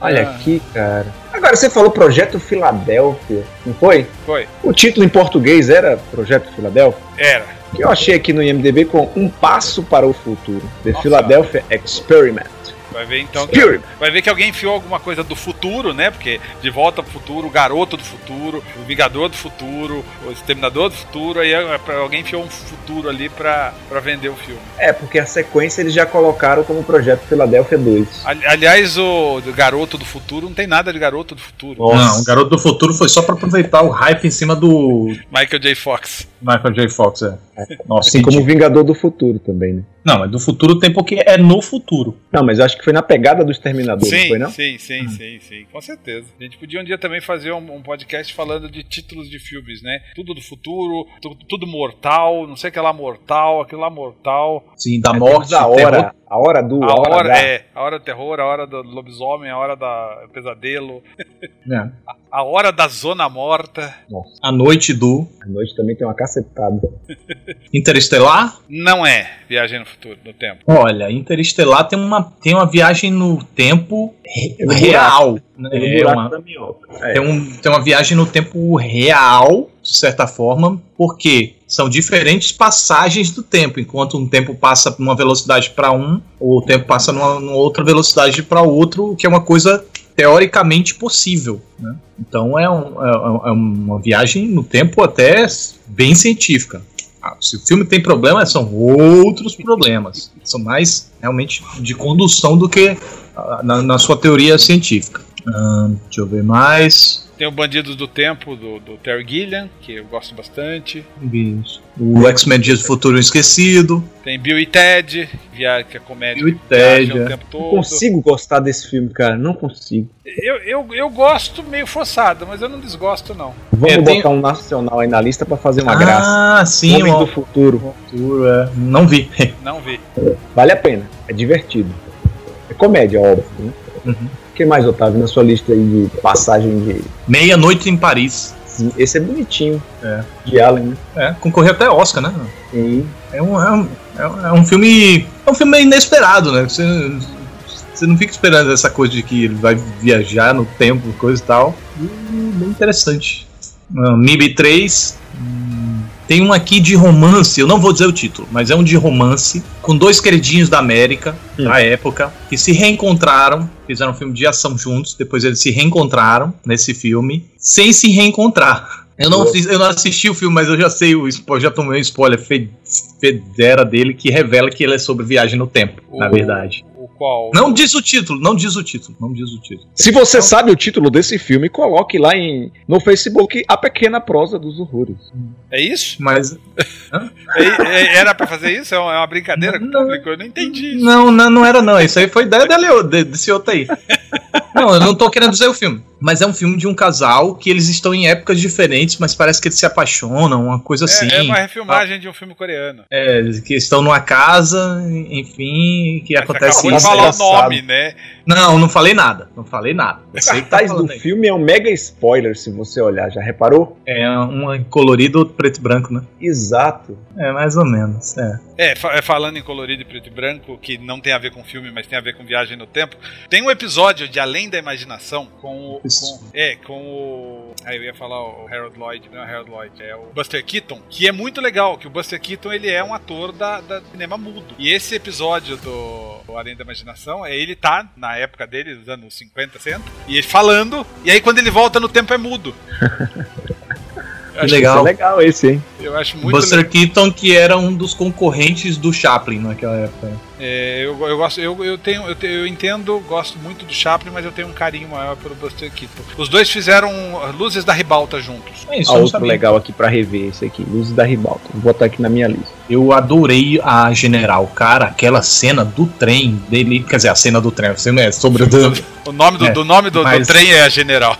S3: Olha
S4: Ah.
S3: aqui, cara. Agora, você falou Projeto Filadélfia, não foi?
S4: Foi.
S3: O título em português era Projeto Filadélfia?
S4: Era.
S3: Que eu achei aqui no IMDB com Um Passo para o Futuro. The Philadelphia Experiment.
S4: Vai ver então. que-
S3: Experiment.
S4: Vai ver que alguém enfiou alguma coisa do futuro, né? Porque De Volta pro Futuro, o Garoto do Futuro, o Vingador do Futuro, o Exterminador do Futuro, aí é pra- alguém enfiou um futuro ali pra, pra vender o filme.
S3: É, porque a sequência eles já colocaram como Projeto Filadélfia 2.
S4: Ali- aliás, o do Garoto do Futuro não tem nada de Garoto do Futuro.
S2: Não, o Garoto do Futuro foi só pra aproveitar o hype em cima do
S4: Michael J. Fox.
S2: Michael J. Fox. É. Nossa,
S3: Assim como o
S2: entendi.
S3: Vingador do Futuro também, né?
S2: Não, é do futuro tem porque é no futuro.
S3: Não, mas eu acho que foi na pegada do Exterminador, não
S4: Sim,
S3: Ah, foi não? Hum.
S4: sim, sim, sim, sim, com certeza. A gente podia um dia também fazer um, um podcast falando de títulos de filmes, né? Tudo do futuro, tu- tudo mortal, não sei o que lá mortal, aquilo lá mortal.
S2: Sim, da
S3: É,
S2: morte.
S3: temos a hora, a hora do...
S4: A hora,
S3: da-
S4: é, a hora do terror, a hora do lobisomem, a hora da do pesadelo,
S2: terror, né?
S4: a hora da zona morta.
S2: A noite do
S4: é.
S3: A noite também tem uma cacetada.
S2: Interestelar.
S4: Não é Viagem no Futuro, no tempo.
S2: Olha, Interestelar tem uma, tem uma viagem no tempo re-
S3: No É um
S2: real.
S3: buraco.
S2: né?
S3: Tem um
S2: É
S3: buraco
S2: uma-
S3: da minhoca.
S2: Tem, um- tem uma viagem no tempo real, de certa forma, porque são diferentes passagens do tempo. Enquanto um tempo passa numa velocidade para um, o tempo passa numa, numa outra velocidade para outro, o que é uma coisa teoricamente possível. né? Então é, um- é- é uma viagem no tempo até bem científica. Ah, se o filme tem problema, são outros problemas. São mais realmente de condução do que ah, na- na sua teoria científica. Ahn, deixa eu ver mais.
S4: Tem o Bandidos do Tempo, do, do Terry Gilliam, que eu gosto bastante.
S2: O X-Men Dias do Futuro Esquecido.
S4: Tem Bill e Ted, via- que é comédia.
S2: Bill e
S4: que viaja
S2: Ted,
S4: o
S2: é.
S4: tempo
S3: Não
S4: todo.
S3: consigo gostar desse filme, cara. Não consigo.
S4: Eu, eu, eu gosto meio forçado, mas eu não desgosto, não.
S3: Vamos
S2: Eu
S3: botar
S2: tenho-
S3: um nacional aí na lista pra fazer uma graça.
S2: Ah, sim,
S3: Homens
S2: o
S3: do futuro.
S2: futuro, é. Não vi.
S4: Não vi.
S3: Vale a pena. É divertido. É comédia, óbvio. Né?
S2: Uhum.
S3: O que mais, Otávio, na sua lista aí de passagem de.
S2: Meia-noite em Paris.
S3: Sim, Esse é bonitinho.
S2: É.
S3: De Allen, né?
S2: É, concorreu até Oscar, né?
S3: Sim.
S2: É um, é um, é um- é um filme. É um filme inesperado, né? Você, você não fica esperando essa coisa de que ele vai viajar no tempo, coisa e tal. Hum, Bem interessante. Ah, MIB 3. hum, Tem um aqui de romance, eu não vou dizer o título, mas é um de romance, com dois queridinhos da América,
S3: Hum.
S2: da época, que se reencontraram, fizeram um filme de ação juntos, depois eles se reencontraram nesse filme, sem se reencontrar. Eu não,
S3: Boa.
S2: assisti, eu não assisti o filme, mas eu já sei, o spo- já tomei um spoiler fe- federa dele que revela que ele é sobre viagem no tempo, na
S4: O-
S2: verdade.
S4: O qual?
S2: Não diz o título, não diz o título, não diz o título.
S3: Se você sabe o título desse filme, coloque lá em, no Facebook A Pequena Prosa dos Horrores.
S4: É isso?
S2: Mas
S4: É- é- era pra fazer isso? É uma é uma brincadeira com o
S2: Não.
S4: público? Eu não entendi.
S2: Não, não, não era não. Isso aí foi ideia dele, de- desse outro aí. Não, eu não tô querendo dizer o filme. Mas é um filme de um casal que eles estão em épocas diferentes, mas parece que eles se apaixonam, uma coisa assim.
S4: É, é uma refilmagem de um filme coreano.
S2: É, que estão numa casa, enfim, que
S4: Mas você
S2: acontece
S4: acabou de
S2: isso.
S4: falar o
S3: engraçado.
S4: nome, né?
S2: Não, não falei nada. Não falei nada. Eu sei
S3: O
S2: que tá
S3: cartaz do
S2: falando aí.
S3: filme é um mega spoiler, se você olhar. Já reparou?
S2: É um colorido, outro preto e branco, né?
S3: Exato.
S2: É, mais ou menos. É.
S4: É, fa- é, falando em colorido e preto e branco, que não tem a ver com filme, mas tem a ver com viagem no tempo. Tem um episódio de Além da Imaginação com o.
S2: Isso.
S4: com- é, com o. Aí eu ia falar o Harold Lloyd, não é o Harold Lloyd, é o Buster Keaton, que é muito legal, que o Buster Keaton ele é um ator da, da cinema mudo. E esse episódio do, do Além da Imaginação, é ele tá na época dele, nos anos 50, 60, e ele falando, e aí quando ele volta no tempo é mudo. Eu
S2: Que
S4: acho-
S3: Isso é
S2: legal.
S3: legal esse, hein?
S4: Eu acho muito
S2: Buster Keaton, que era um dos concorrentes do Chaplin naquela época.
S4: É, eu, eu gosto, eu, eu tenho, eu, te- eu entendo, gosto muito do Chaplin, mas eu tenho um carinho maior pelo Buster Keaton. Os dois fizeram Luzes da Ribalta juntos.
S2: É isso,
S3: Ah,
S2: eu não
S3: outro
S2: sabia.
S3: legal aqui pra rever esse aqui, Luzes da Ribalta. Vou botar aqui na minha lista.
S2: Eu adorei a General, cara, aquela cena do trem dele, quer dizer, a cena do trem, você não é sobre o
S4: O nome do,
S2: É,
S4: do nome do, do
S2: mas-
S4: trem é General.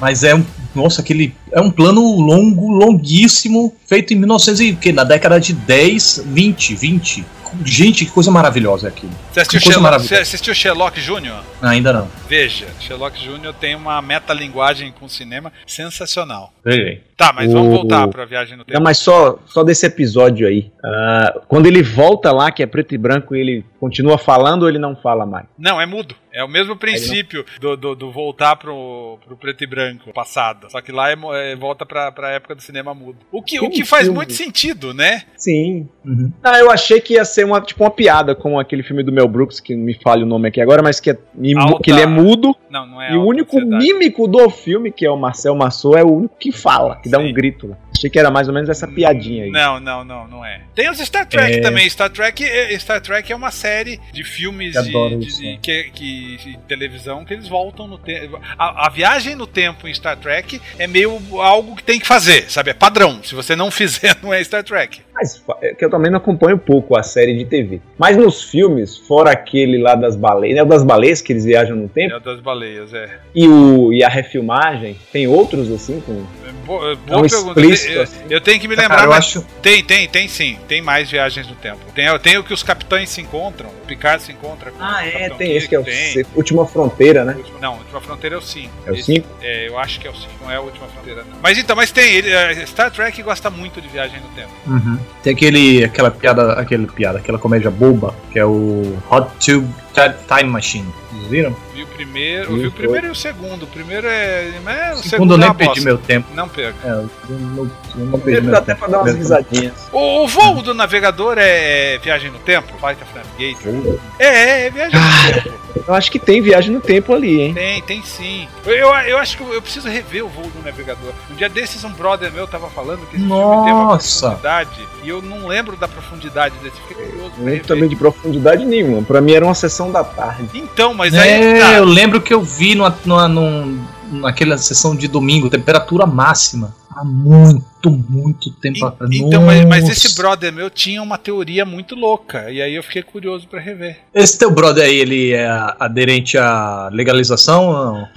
S2: mas é um, nossa, aquele é um plano longo, longuíssimo, feito em 1900 e que na década de 10, 20, 20. Gente, que coisa maravilhosa é aquilo.
S4: Você assistiu,
S2: Que coisa
S4: Sherlock, você
S2: maravilhosa.
S4: assistiu Sherlock Jr.?
S2: Ainda não.
S4: Veja, Sherlock Jr. tem uma metalinguagem com o cinema sensacional.
S2: Veja.
S4: Tá, mas vamos
S3: O- É
S4: voltar pra Viagem no
S3: Não,
S4: Tempo.
S3: mas só, só desse episódio aí. Ah, quando ele volta lá, que é preto e branco, ele continua falando ou ele não fala mais?
S4: Não, é mudo. É o mesmo princípio do, do, do voltar pro, pro preto e branco passado. Só que lá é, mo- é volta pra, pra época do cinema mudo. O que, o
S3: Tem
S4: que faz
S3: filme.
S4: muito sentido, né?
S3: Sim.
S2: Uhum.
S3: Não, Ah, eu achei que ia ser uma, tipo uma piada com aquele filme do Mel Brooks, que me falha o nome aqui agora, mas que, é, e mu-
S4: Alta-
S3: que ele é mudo.
S4: Não, não é.
S3: e o
S4: alta
S3: único
S4: ansiedade.
S3: mímico do filme, que é o Marcel Massot, é o único que fala, que dá
S4: Sim. Hum.
S3: um grito. lá. Achei que era mais ou menos essa piadinha aí.
S4: Não, não, não, não é. Tem os Star Trek
S2: É.
S4: também. Star Trek, é- Star Trek é uma série de filmes
S2: Eu
S4: de,
S2: adoro
S4: de-
S2: isso,
S4: de-
S2: né?
S4: que, que- de televisão que eles voltam no tempo. A, a viagem no tempo em Star Trek é meio algo que tem que fazer, sabe? É padrão. Se você não fizer, não é Star Trek.
S3: Mas fa- é que eu também não acompanho pouco a série de TV. Mas nos filmes, fora aquele lá das baleias, é o das baleias que eles viajam no
S4: É
S3: tempo,
S4: o das baleias, é.
S3: e, o, e a refilmagem, tem outros assim com
S4: É bo- é
S3: tão
S4: Boa pergunta.
S3: explícito
S4: Eu,
S3: assim.
S4: eu tenho que me lembrar,
S2: um Cara, eu
S4: É, mas
S2: acho
S4: tem, tem, tem sim. Tem mais viagens no tempo. Tem, tem o que os capitães se encontram, o Picard se encontra com o
S3: Ah, é,
S4: Capitão
S3: tem esse que é o
S4: Kirk, tem.
S3: C- Última Fronteira, né?
S4: Última- não, Última Fronteira é o 5.
S3: É o 5?
S4: É, eu acho que é o 5, não é a Última Fronteira. não. Mas então, mas tem, ele, é, Star Trek gosta muito de Viagem no Tempo.
S2: Uhum. Tem aquele, aquela piada, aquele piada, aquela comédia boba, que é o Hot Tube Ti- Time Machine. Vocês viram?
S4: Vi o primeiro,
S3: Viu,
S4: vi o
S3: foi.
S4: primeiro e o segundo. O primeiro é. é o
S2: Segundo eu
S4: é
S2: nem
S4: uma
S2: perdi
S4: bosta.
S2: meu tempo.
S4: Não perco.
S2: É, eu não, eu não perdi
S3: Dá
S2: meu
S3: até
S2: tempo.
S3: pra dar umas risadinhas.
S4: O, o voo do navegador é Viagem no Tempo? Flight of Navigator? É, é, é Viagem no Tempo.
S3: Eu acho que tem viagem no tempo ali, hein?
S4: Tem, tem sim. Eu, eu, eu acho que eu preciso rever o voo do navegador. Um dia desses, um brother meu tava falando que esse filme teve uma
S2: Nossa.
S4: profundidade e eu não lembro da profundidade desse. Fiquei curioso pra
S3: Não
S4: rever.
S3: também de profundidade nenhuma. Pra mim era uma sessão da tarde.
S4: Então, mas aí
S2: É,
S4: tá,
S2: Ah, eu lembro que eu vi numa, numa, num- naquela sessão de domingo, temperatura máxima. Há muito, muito tempo
S4: En-
S2: atrás.
S4: Então, mas, mas esse
S2: brother.
S4: brother meu tinha uma teoria muito louca. E aí eu fiquei curioso pra rever.
S2: Esse teu brother aí, ele é aderente à legalização? ou não?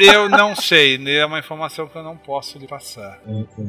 S4: Eu não sei, né, é uma informação que eu não posso lhe passar.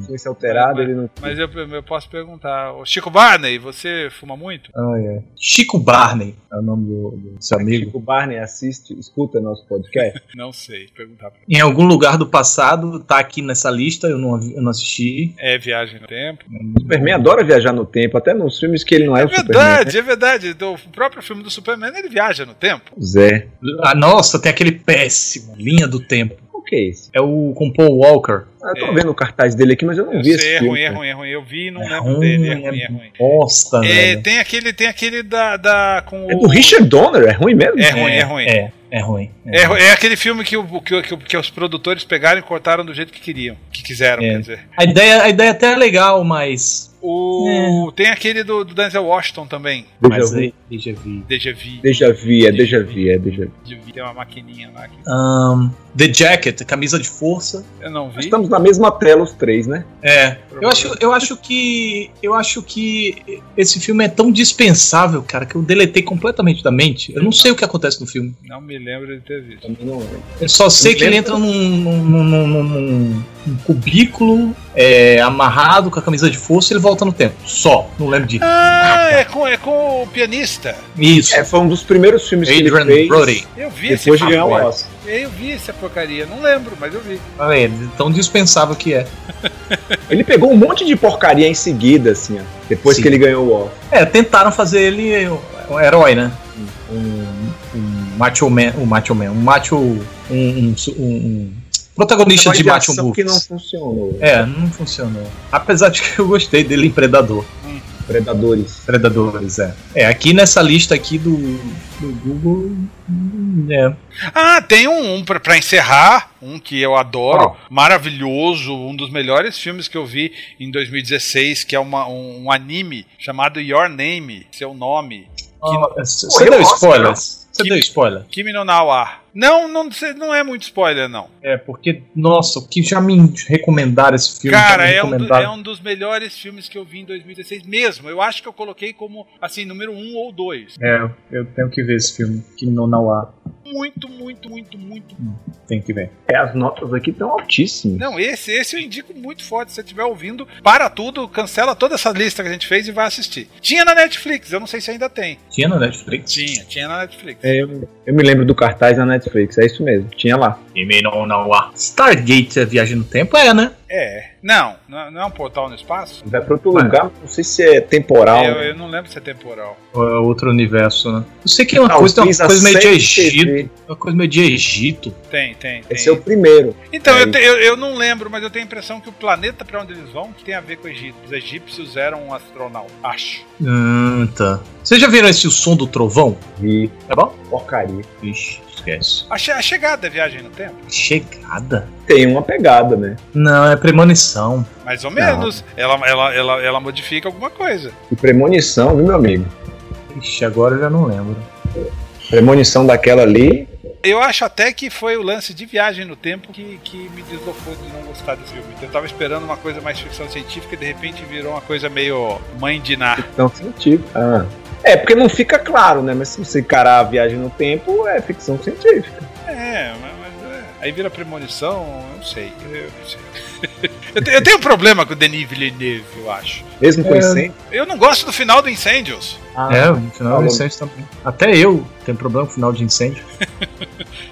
S3: Esse é alterado, ele não.
S4: Mas eu, eu posso perguntar. Ô, Chico Barney, você fuma muito?
S2: Ah, é. Chico Barney é o nome do, do seu amigo.
S3: Chico Barney assiste, escuta nosso podcast.
S4: Não sei, perguntar pra
S2: Em algum lugar do passado, tá aqui nessa lista, eu não, eu não assisti.
S4: É viagem no tempo.
S3: Superman adora viajar no tempo, até nos filmes que ele não é,
S4: É
S3: o Superman.
S4: verdade, é verdade. Do- O próprio filme do Superman, ele viaja no tempo.
S3: Zé.
S2: Ah, nossa, tem aquele péssimo, Linha do Tempo.
S3: O que é esse?
S2: É o com Paul Walker.
S3: Ah, Eu tô
S4: É.
S3: vendo o cartaz dele aqui, mas eu não
S4: Eu
S3: vi esse
S4: sei, é
S3: filme. né?
S4: ruim, é
S3: cara.
S4: ruim, é ruim. Eu vi e não
S2: É
S4: lembro
S2: ruim,
S4: dele. É
S2: é
S3: né?
S4: ruim, é ruim.
S2: Nossa,
S4: É,
S2: velho.
S4: tem aquele, tem aquele da. da com
S3: É
S4: o-
S3: do Richard Donner, é ruim mesmo?
S4: É ruim, é ruim.
S2: É, é ruim.
S4: É, é aquele filme que, o- que, o- que, o- que os produtores pegaram e cortaram do jeito que queriam, que quiseram,
S2: É.
S4: quer dizer.
S2: A, ideia, a ideia até é legal, mas.
S4: O, Tem aquele do, do Denzel Washington também,
S3: Deja
S2: mas
S3: vu.
S2: eu já vi.
S4: Deja Vu.
S3: Deja vu, é Deja vu, é Deja vu.
S4: Deja Vu, Tem uma maquininha lá que
S3: Ah.
S2: Ahn, The Jacket, camisa de força.
S4: eu não
S3: Nós
S4: vi.
S3: estamos na mesma tela os três, né?
S2: É, eu acho, eu acho que eu acho que esse filme é tão dispensável, cara, que eu deletei completamente da mente. Eu não sei o que acontece no filme.
S4: Não me lembro de ter visto.
S3: Também não é. lembro.
S2: Eu só sei que ele entra num, num, num- num- num- num cubículo é, amarrado com a camisa de força e ele volta no tempo. Só, não lembro disso.
S4: Ah, é com, é com o pianista.
S2: Isso.
S3: É, foi um dos primeiros filmes que
S2: Adrian
S3: ele fez.
S2: Brody.
S4: Eu vi esse
S3: Depois de ganhar o
S4: filme.
S3: Oscar.
S4: Eu vi essa porcaria, não lembro, mas eu vi.
S2: Olha aí, tão dispensável que é.
S3: Ele pegou um monte de porcaria em seguida, assim, ó. Depois
S2: Sim.
S3: que ele ganhou o Oscar.
S2: É, tentaram fazer ele um herói, né? Um, um macho man, um macho man, um macho, um, um, um- um protagonista de
S3: Mas
S2: macho
S3: ação que não
S2: movies.
S3: funcionou.
S2: É, não funcionou. Apesar de que eu gostei dele em Predador.
S3: Predadores.
S2: Predadores, é. É, aqui nessa lista aqui do, do Google. hum, É.
S4: Ah, tem um, um pra, pra encerrar, um que eu adoro, maravilhoso, um dos melhores filmes que eu vi em 2016, que é uma- um, um anime chamado Your Name, Seu Nome,
S2: Ah, c- Você
S3: Pô, eu
S2: deu
S3: gosto,
S2: spoiler?
S3: cara.
S2: Você
S4: Que-
S2: deu spoiler.
S4: Kimi no Nawa. Não, não, cê- não é muito spoiler, não.
S2: É, porque, nossa, o que já me recomendaram esse filme? já
S4: Cara,
S2: me
S4: é um, do-
S2: recomendaram.
S4: é um dos melhores filmes que eu vi em 2016 mesmo. Eu acho que eu coloquei como, assim, número um ou dois.
S2: É, eu tenho que ver esse filme. Que não, não há.
S4: Muito, muito, muito, muito.
S2: Tem que ver.
S3: É, as notas aqui estão altíssimas.
S4: Não, esse, esse eu indico muito forte. Se você estiver ouvindo, para tudo, cancela toda essa lista que a gente fez e vai assistir. Tinha na Netflix, eu não sei se ainda tem.
S2: Tinha na Netflix?
S4: Tinha, tinha na Netflix.
S3: É, eu, eu me lembro do cartaz na Netflix, é isso mesmo. Tinha lá.
S2: Kimi no Nawa. Stargate é Viagem no Tempo? É, né?
S4: É. Não, não não é um portal no espaço?
S3: Vai pra outro lugar, não sei se é temporal.
S4: Eu,
S3: né?
S4: eu não lembro se é temporal.
S2: Ou é outro universo, né? Eu sei que é uma
S3: Talvez
S2: coisa, tem uma
S3: a
S2: coisa meio de
S3: série
S2: Egito.
S3: TV.
S2: Uma coisa meio de Egito.
S4: Tem, tem, tem.
S3: Esse é o primeiro.
S4: Então,
S3: é
S4: eu,
S3: isso.
S4: te- eu, eu não lembro, mas eu tenho a impressão que o planeta pra onde eles vão que tem a ver com o Egito. Os egípcios eram um astronauta, acho.
S2: Hum, tá. Vocês já viram esse O Som do Trovão?
S3: Vi.
S2: Tá bom?
S3: Porcaria.
S2: Ixi, esquece.
S4: A, che- a chegada da viagem no tempo?
S2: Chegada?
S3: Tem uma pegada, né?
S2: Não, é premonição.
S4: Mais ou menos. Ela, ela, ela, ela modifica alguma coisa.
S3: E premonição, viu, meu amigo?
S2: Ixi, agora eu já não lembro.
S3: Premonição daquela ali.
S4: Eu acho até que foi o lance de viagem no tempo que, que me deslocou de não gostar desse filme. Eu tava esperando uma coisa mais ficção científica e de repente virou uma coisa meio mãe de Ná.
S3: Não científica. Ah. É, porque não fica claro, né? Mas se você encarar a viagem no tempo, é ficção científica.
S4: É, mas, mas, é. aí vira premonição, eu não sei. Eu, eu não sei. Eu te- eu tenho um problema com o Denis Villeneuve, eu acho.
S3: Mesmo com
S2: É.
S3: incêndio.
S4: Eu não gosto do final do Incêndios.
S3: Ah,
S2: é, no final
S3: falou.
S2: de incêndio também. Até eu tenho problema com o final de incêndio.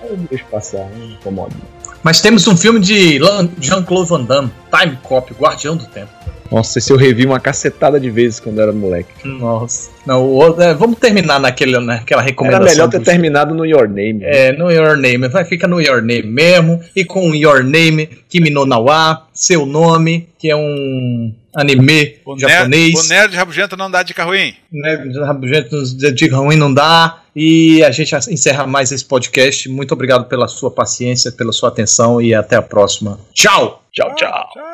S3: eu deixo passar, não me incomoda.
S2: Mas temos um filme de Lan- Jean-Claude Van Damme, Time Cop, Guardião do Tempo.
S3: Nossa, esse eu revi uma cacetada de vezes quando era moleque.
S2: Nossa. Não, o outro- é, vamos terminar naquele, naquela
S3: Era
S2: recomendação.
S3: melhor ter
S2: do-
S3: terminado no Your Name. né?
S2: É, no Your Name. Vai, fica no Your Name mesmo. E com Your Name, Kimi no Nawa, Seu Nome, que é um anime
S4: O
S2: japonês.
S4: Nerd, o nerd rabugento não dá dica ruim.
S2: né, gente nos diga ruim não dá. E a gente encerra mais esse podcast. Muito obrigado pela sua paciência, pela sua atenção e até a próxima. Tchau!
S3: Tchau, tchau.
S4: tchau, tchau.